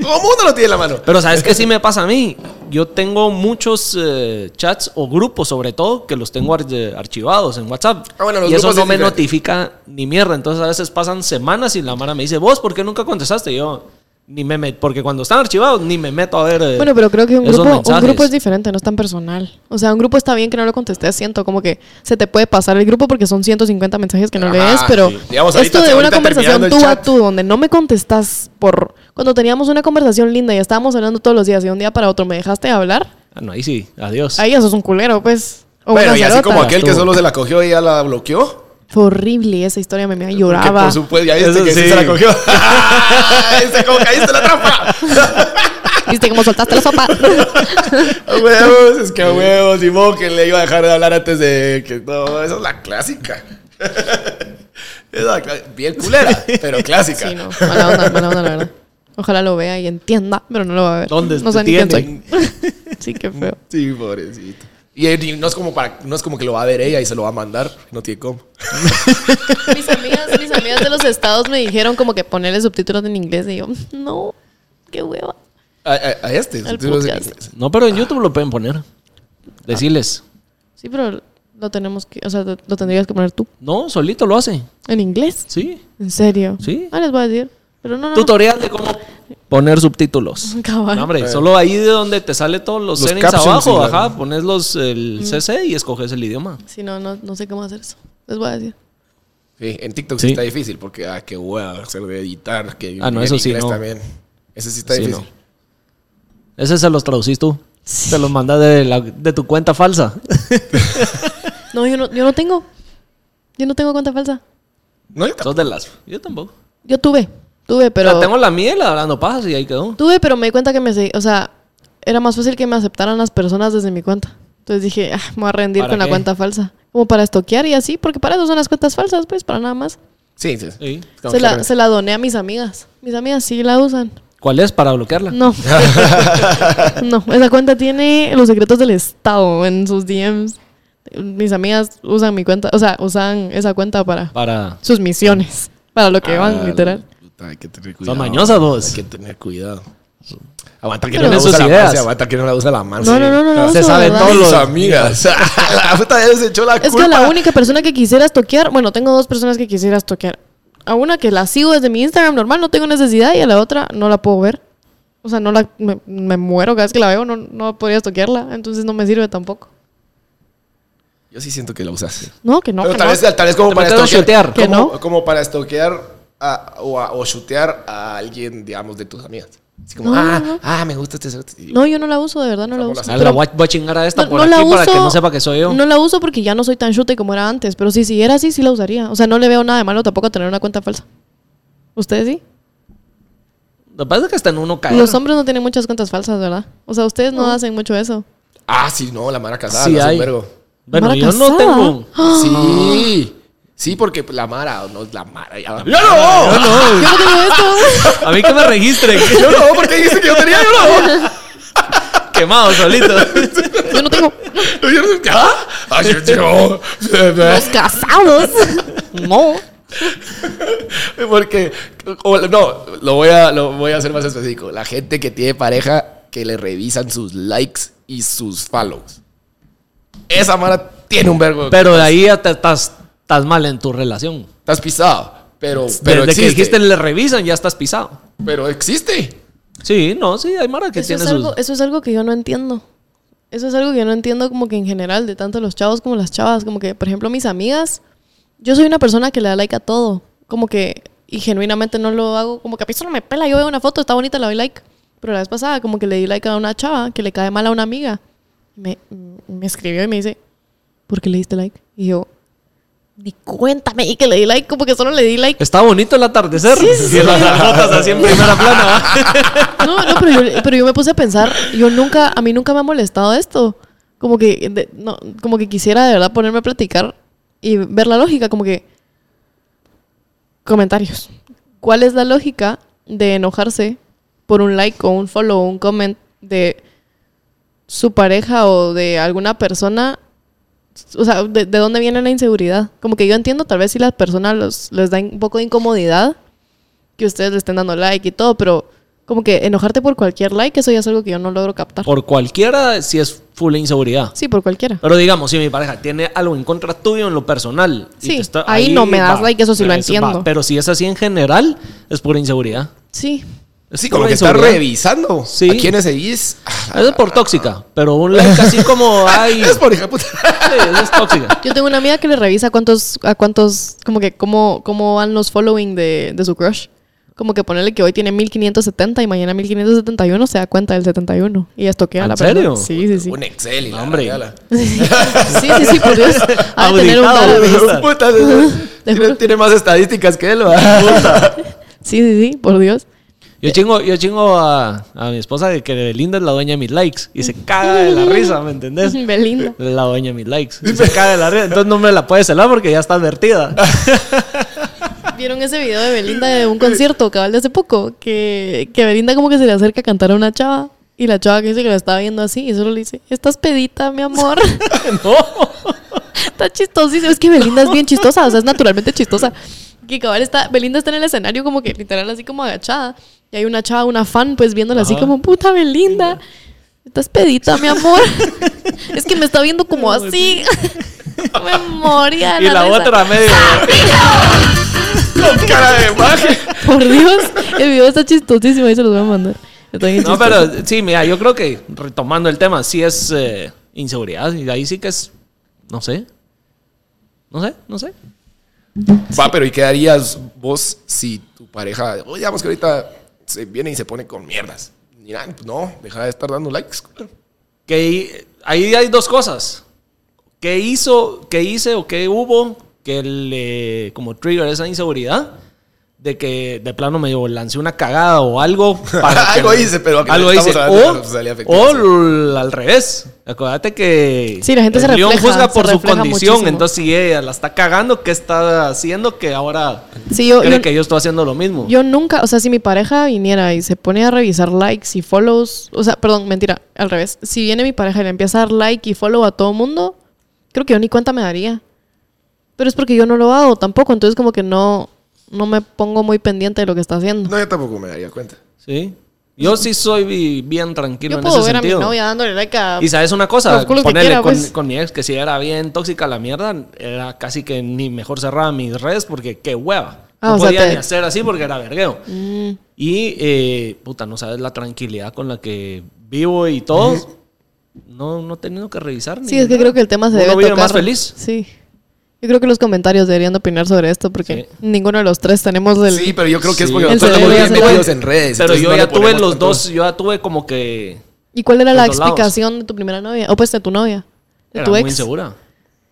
Todo el mundo lo tiene en la mano.
Pero ¿sabes qué sí me pasa a mí? Yo tengo muchos eh, chats o grupos, sobre todo, que los tengo ar- eh, archivados en WhatsApp.
Ah, bueno, los
y eso
grupos
no
es
me
diferente.
notifica ni mierda. Entonces a veces pasan semanas y la mara me dice, vos, ¿por qué nunca contestaste? Y yo, ni me met- porque cuando están archivados ni me meto a ver. eh,
Bueno, pero creo que un
esos
grupo, un
mensajes.
grupo es diferente, no es tan personal. O sea, un grupo está bien que no lo contestes, siento como que se te puede pasar el grupo porque son 150 mensajes que no
Ajá,
lees, pero
sí. Digamos,
esto
ahorita-
de una
ahorita terminando
conversación
el
tú a
chat.
tú, donde no me contestas por... Cuando teníamos una conversación linda y estábamos hablando todos los días y de un día para otro me dejaste de hablar,
Ah, no, ahí sí, adiós.
ahí eso es un culero, pues. o
bueno,
una
y así
zarota.
como aquel que
Tú.
solo se la cogió y ya la bloqueó.
Fue horrible esa historia, me, me
Que
lloraba.
por supuesto, ya viste
Eso
que sí
sí.
se la cogió. ¡Ese cómo caíste en la trampa!
Viste cómo soltaste la sopa.
A huevos, es que a huevos, y mo que le iba a dejar de hablar antes de que no, esa es la clásica. Es la cla- bien culera, pero clásica.
sí, no, mala onda, mala onda, la verdad. Ojalá lo vea y entienda, pero no lo va a ver.
¿Dónde
no sé
te
ni quién soy.
tienen?
Sí, qué feo.
Sí, pobrecito. Y, él- y no es como para, no es como que lo va a ver ella y se lo va a mandar, no tiene cómo.
Mis amigas, mis amigas de los estados me dijeron como que ponerle subtítulos en inglés y yo, no, qué hueva.
A, a- a este.
Al
tú no sé qué-
podcast.
No, pero en YouTube lo pueden poner. Decirles.
Sí, pero lo tenemos que, o sea, lo lo tendrías que poner tú.
No, solito lo hace.
¿En inglés?
Sí.
¿En serio?
Sí.
Ah, les voy a decir. Pero no, no.
Tutorial de cómo poner subtítulos.
Cabal.
No, hombre, solo ahí de donde te sale todos los,
Los
settings
captions y
abajo,
la-
ajá, pones los, el CC y escoges el idioma.
Sí, no, no, no sé cómo hacer eso. Les voy a decir.
Sí, en TikTok
Sí.
sí está difícil porque, ah, qué hueva hacer de editar. Que
Ah, no,
en
eso sí,
inglés
no.
también. Ese sí está
Sí,
difícil.
Ese se los traducís tú. Te los mandas de, la- de tu cuenta falsa.
No, yo no, yo no tengo. Yo no tengo cuenta falsa.
No, yo tampoco.
Sos de las. Yo tampoco.
Yo tuve, tuve, pero...
Pero tengo la mía y la hablando pajas y ahí quedó.
Tuve, pero me di cuenta que me... se- O sea, era más fácil que me aceptaran las personas desde mi cuenta. Entonces dije, ah, me voy a rendir
¿Para
con la
qué?
cuenta falsa. Como para estoquear y así, porque para eso son las cuentas falsas, pues, para nada más.
Sí, sí.
Sí.
Como
Se
que
la,
realmente-
se la doné a mis amigas. Mis amigas sí la usan.
¿Cuál es para bloquearla?
No. no, esa cuenta tiene los secretos del Estado en sus DMs. Mis amigas usan mi cuenta, o sea, usan esa cuenta para
Para.
sus misiones, para lo que
Ah,
van, literal.
puta, Hay que tener cuidado.
mañosas, vos.
Hay que tener cuidado. Aguanta que
Pero-
no
Tienen
la usa
sus
la
ideas.
manse, aguanta que no la usa la manse.
No, no, no, no, no.
ah, Se
eso,
sabe
¿verdad?
todo
Mis
lo-
amigas. la puta ya se echó la
Es
culpa.
que la única persona que quisiera toquear, bueno, tengo dos personas que quisiera toquear. A una que la sigo desde mi Instagram normal, no tengo necesidad, y a la otra no la puedo ver. O sea, no la, me, me muero cada vez que la veo, no, no podría toquearla, entonces no me sirve tampoco.
Yo sí siento que la usas.
No, que no.
Pero
que
tal,
no.
Vez, tal vez como
Te
para
metes a
estoquear.
shootear.
Que
Como,
no.
como para estoquear a- o, a- o shootear a alguien, digamos, de tus amigas. Así como,
No,
ah,
no, no.
ah, me gusta este. cerote. Y-
No, yo no la uso, de verdad no la
Vamos a
uso.
Ah, la
Pero
voy a- voy a chingar a esta
no-
por
no
aquí
la
para que
uso-
no sepa que soy yo.
No la uso porque ya no soy tan chute como era antes, pero si siguiera así, sí la usaría. O sea, no le veo nada de malo tampoco a tener una cuenta falsa. ¿Ustedes sí?
Lo que pasa es que hasta en uno cae.
Los hombres no tienen muchas cuentas falsas, ¿verdad? O sea, ustedes no, hacen mucho eso.
Ah, sí, no, la mara casada.
Sí,
la hace un
hay.
vergo.
Bueno,
Mara
yo no
casada.
tengo.
¡Ah!
Sí. Sí, porque pues, la mara, no la mara. Ya,
¡Yo no!
Yo no tengo esto.
A mí que me registren.
Yo no, porque dijiste que yo tenía, yo no.
Quemado solito.
Yo no tengo.
Yo no- ¿Ah? Ay, yo- yo-
Los casados. No.
Porque, o- no, lo voy, a, lo voy a hacer más específico. La gente que tiene pareja que le revisan sus likes y sus follows. Esa mara tiene un vergo. de-
Pero de ahí ya te estás, estás mal en tu relación.
Estás pisado. Pero, pero
Desde
existe.
que dijiste le revisan, ya estás pisado.
Pero existe.
Sí, no, sí, hay Mara que
Eso
tiene
es,
sus-
algo, eso es algo que yo no entiendo. Eso es algo que yo no entiendo como que en general, de tanto los chavos como las chavas. Como que, por ejemplo, mis amigas, yo soy una persona que le da like a todo. Como que, y genuinamente no lo hago, como que a mí solo me pela. Yo veo una foto, está bonita, le doy like. Pero la vez pasada, como que le di like a una chava que le cae mal a una amiga. Me, mm, me escribió y me dice, ¿por qué le diste like? Y yo, ni cuéntame y que le di like, como que solo le di like.
Está bonito el atardecer.
Sí, sí,
Y las notas así en primera plana. ¿va?
No, no, pero yo, pero yo me puse a pensar, yo nunca, a mí nunca me ha molestado esto. Como que, de- no, como que quisiera de verdad ponerme a platicar y ver la lógica, como que... Comentarios. ¿Cuál es la lógica de enojarse por un like o un follow o un comment de su pareja o de alguna persona, o sea, de, de dónde viene la inseguridad. Como que yo entiendo, tal vez si las personas los, les da un poco de incomodidad que ustedes le estén dando like y todo, pero como que enojarte por cualquier like, eso ya es algo que yo no logro captar.
Por cualquiera, si es full inseguridad.
sí, por cualquiera.
Pero digamos, si mi pareja tiene algo en contra tuyo en lo personal.
Sí, ahí no me das like, eso sí lo entiendo.
Pero si es así en general, es por inseguridad.
Sí,
Es
Sí,
pura
como que está
inseguridad.
revisando
Sí.
a quiénes seguís.
Eso es por tóxica, pero un like así como, ay,
Es por hija puta.
sí, eso es tóxica.
Yo tengo una amiga que le revisa cuántos, a cuántos, como que cómo, cómo van los following de, de su crush. Como que ponerle que hoy tiene 1570 y mañana 1571 se da cuenta del 71. Y ya toquea a la
¿En serio?
persona. Sí, sí, sí.
Un Excel y la
Hombre.
regala.
Sí, sí, sí, por Dios. Ha de tener un
Auditado,
database.
¿verdad?
Puta, tiene, tiene más estadísticas que él, ¿verdad?
Sí, sí, sí, por Dios.
Yo chingo, yo chingo a, a mi esposa de que Belinda es la dueña de mis likes y se caga de la risa, ¿me entendés?
Belinda.
La dueña de mis likes. Y se caga de la risa. Entonces no me la puedes celar porque ya está advertida.
¿Vieron ese video de Belinda de un concierto cabal de hace poco? Que, que Belinda como que se le acerca a cantar a una chava. Y la chava que dice que la estaba viendo así y solo le dice, estás pedita, mi amor.
No.
Está chistosísimo. Es que Belinda es bien chistosa, o sea, es naturalmente chistosa. Que cabal está, Belinda está en el escenario como que literal así como agachada. Y hay una chava, una fan, pues viéndola así
Ajá.
como, puta Belinda. Estás pedita, mi amor. es que me está viendo como así. me moría. de
Y la
risa.
otra medio.
Con cara de maje.
Por Dios, el video está chistosísimo y se los voy a mandar. Está bien
No,
chistoso.
pero sí, mira, yo creo que retomando el tema, sí es eh, inseguridad. Y ahí sí que es. No sé. No sé, no sé.
Va, pero ¿y qué harías vos si tu pareja, oye, digamos que ahorita se viene y se pone con mierdas? Mira, pues no, deja de estar dando likes.
Que ahí- ahí hay dos cosas. ¿Qué hizo, qué hice o qué hubo que le como trigger esa inseguridad? De que de plano me lancé una cagada o algo. que-
Algo hice, pero que
algo
estamos
hice.
hablando de la
O,
responsabilidad afectiva,
o
sí.
l- al revés. Acuérdate que.
Sí, la gente
el
se
león
refleja,
juzga
se
por su
refleja
condición.
muchísimo.
Entonces, si ella la está cagando, ¿qué está haciendo? Que ahora.
Sí, yo-
cree
yo-
que yo estoy haciendo lo mismo.
Yo nunca, o sea, si mi pareja viniera y se pone a revisar likes y follows, o sea, perdón, mentira, al revés. Si viene mi pareja y le empieza a dar like y follow a todo mundo, creo que yo ni cuenta me daría. Pero es porque yo no lo hago tampoco, entonces como que no, no me pongo muy pendiente de lo que está haciendo.
No, yo tampoco me daría cuenta.
Sí. Yo sí soy bi- bien tranquilo
yo
en
puedo
ese
ver
sentido.
a mi novia dándole like a...
Y sabes una cosa,
Los culos que
ponele
quiera,
con,
pues.
con mi ex, que si era bien tóxica la mierda, era casi que ni mejor cerraba mis redes porque qué hueva.
Ah,
no
o sea,
podía
te-
ni hacer así porque era vergueo.
Mm,
Y, eh, puta, no sabes la tranquilidad con la que vivo y todo. No, no he tenido que revisar. ni
Sí, es que
nada.
creo que el tema se
Uno
debe
vive
tocar.
más feliz.
Sí. Yo creo que los comentarios deberían de opinar sobre esto porque
Sí.
ninguno de los tres tenemos el...
Sí, pero yo creo que es porque
El
nosotros estamos
cerebro
bien
ya se-
metidos en redes.
Pero
entonces
yo
no le
ya tuve
ponemos
los
tanto-
dos, yo ya tuve como que...
¿Y cuál era
Los
la
dos lados.
explicación de tu primera novia? O pues de tu novia. De
Era
tu
muy
ex.
insegura.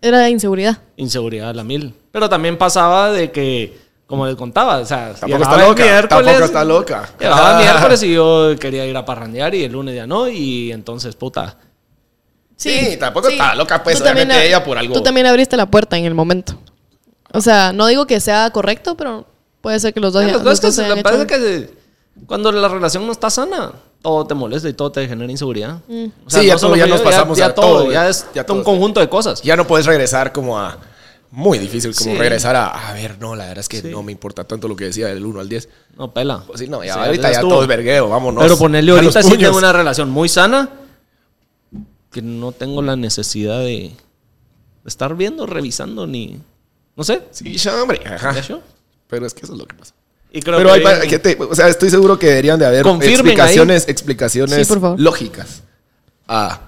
Era inseguridad.
Inseguridad a la mil. Pero también pasaba de que, como les contaba, o sea,
Tampoco
llegaba
está
el
loca,
miércoles-
tampoco está loca.
Llegaba miércoles y yo quería ir a parrandear y el lunes ya no, y entonces, puta.
Sí, tampoco estaba loca, pues,
Tú también
obviamente
ab-
ella por algo-
Tú también abriste la puerta en el momento. O sea, no digo que sea correcto, pero puede ser que los dos
Lo
ya.
que pasa es que
los dos
se-
hayan
me parece
hecho-
que se- cuando la relación no está sana, todo te molesta y todo te genera inseguridad.
Mm.
Sí, ya todo, ya
fui yo,
nos pasamos
ya,
a
todo,
todo,
ya es
ya
un
todo.
conjunto de cosas.
Ya no puedes regresar como a. Muy difícil, como
Sí.
regresar a. A ver, no, la verdad es que no me importa tanto lo que decía del 1 al 10.
No, pela.
Pues sí, no, ya
Sí,
ahorita ya
estuvo.
todo es vergueo, vámonos.
Pero ponerle
a los
ahorita sí
puños.
tengo una relación muy sana que no tengo la necesidad de estar viendo, revisando ni no sé.
Sí, ya, hombre. Ajá.
¿Ya yo?
Pero es que eso es lo que pasa.
Y creo
Ah. Pero hay,
que-
pa- que te- o sea, estoy seguro que deberían de haber
Confirmen
explicaciones, explicaciones
Sí, por favor.
lógicas. Ah,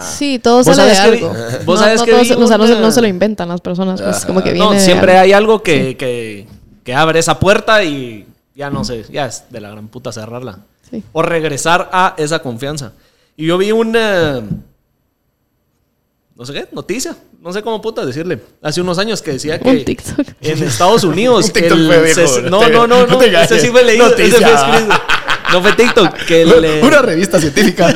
Sí, todo
¿Vos
sale de
sabés que
algo.
vi- vos
no,
sabes
no
que
todo
vi
se- o sea, no, se-
una- Ah,
no se lo inventan las personas. Pues como que viene.
no,
de
siempre
algo.
hay algo que, que, que abre esa puerta y ya no sé, ya es de la gran puta cerrarla.
Sí.
O regresar a esa confianza. Y yo vi una. No sé qué, noticia. No sé cómo puta decirle. Hace unos años que decía que.
Un TikTok.
En Estados Unidos.
Un TikTok
el
fue viejo,
ses-
no
no,
te-
no, no,
no
no.
te engañes.
ese sí fue leído. ese fue
Noticia.
escrito. No fue TikTok. Que el, eh,
una revista científica.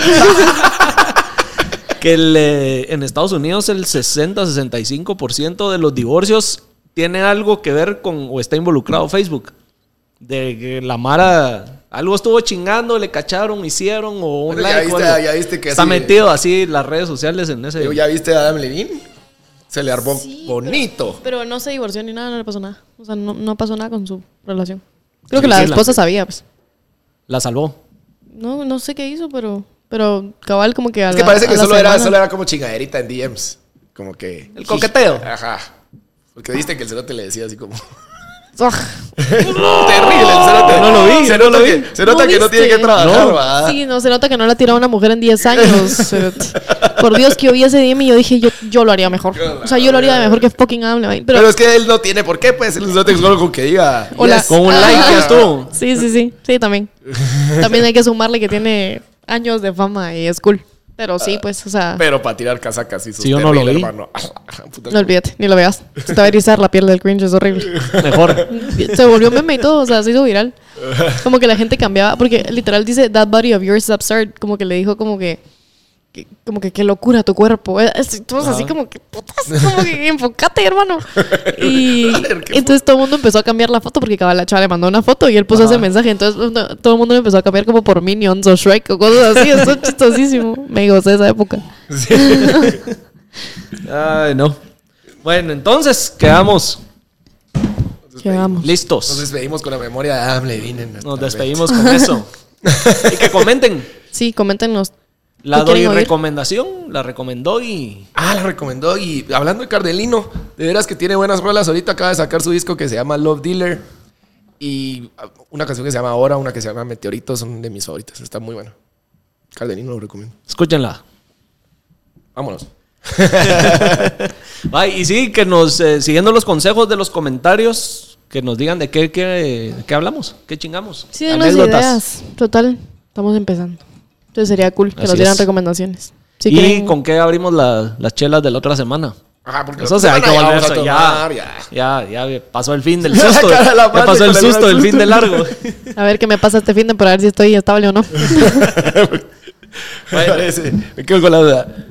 que el, eh, en Estados Unidos el 60-65% de los divorcios tiene algo que ver con o está involucrado Facebook. De que la Mara Algo estuvo chingando, le cacharon, hicieron o un
Bueno, ya
like.
viste-
o algo.
ya viste que
Está
así-
metido así las redes sociales en ese.
Digo, ¿Ya viste a Adam Levine? Se le armó
Sí, pero-
bonito.
Pero no se divorció ni nada, no le pasó nada. O sea, no, no pasó nada con su relación. Creo
Sí,
que la
sí, la-
esposa sabía, pues.
La salvó.
No, no sé qué hizo, pero, pero cabal como que a
Es
la-
que parece
a
que
la
solo era,
semana-
solo era como chingaderita en DMs. Como que.
El coqueteo.
Ajá. Porque viste que el cerote le decía así como.
Ugh.
Terrible el cerote.
No lo vi,
Se
no
nota
lo
que,
vi.
se nota
¿No
que no tiene
viste?
que trabajar,
No.
va.
Sí, no, se nota que no la tiró a una mujer en 10 años. cerote. Por Dios, que yo vi ese DM y yo dije, yo, yo lo haría mejor. O sea, yo lo haría mejor que fucking hable. Pero,
Pero, es que él no tiene por qué, pues. El cerote es solo con que diga.
Hola.
yes.
Con un like ya estuvo.
Sí, sí, sí. Sí, también. También hay que sumarle que tiene años de fama y es cool. Pero sí, pues, o sea,
Ah, Pero para tirar casacas y
Sí, yo no lo vi.
hermano. Ah, Puta,
no olvídate, ni lo veas. Se te va a erizar la piel del cringe, es horrible.
Mejor.
Se volvió meme y todo, o sea, se hizo viral. Como que la gente cambiaba, porque literal dice, that body of yours is absurd. Como que le dijo como que, que- como que qué locura tu cuerpo. Eh, así, Todos así como que, putas, como que enfócate, hermano. Y
Brother, qué
entonces todo el mundo empezó a cambiar la foto, porque cada la chava le mandó una foto y él puso ese mensaje. Entonces uno- todo el mundo le empezó a cambiar como por Minions o Shrek o cosas así. Eso es chistosísimo. Me gocé esa época.
Ay, no. Bueno, entonces quedamos
Quedamos.
Nos
listos.
despedimos con la memoria de Adam Levine. en nuestra
Nos despedimos con eso. Y que comenten.
Sí, coméntenos.
La
¿Qué
doy
quieren oír?
recomendación, la recomendó y.
Ah, la recomendó. Y hablando de Cardelino, de veras que tiene buenas rolas. Ahorita acaba de sacar su disco que se llama Love Dealer. Y ah, una canción que se llama Ahora, una que se llama Meteorito, son de mis favoritas. Está muy buena. Cardelino lo recomiendo.
Escúchenla.
Vámonos.
Ay, y sí, que nos, eh, siguiendo los consejos de los comentarios, que nos digan de qué, qué, qué hablamos, qué chingamos.
Sí, unas ideas. Total, estamos empezando. Entonces sería cool que
Así
nos dieran
es.
recomendaciones. Si
y
quieren-
con qué abrimos la- las chelas de la otra semana.
Ajá, porque
Eso
la
se hay que
semana
volver
vamos
eso,
tomar,
ya, ya, ya pasó el fin del
Ya,
susto.
cara, la
ya
madre
pasó el
con el
susto del
susto.
fin de largo.
A ver qué me pasa este fin de para ver si estoy estable o no.
Me parece. Me quedo con la duda.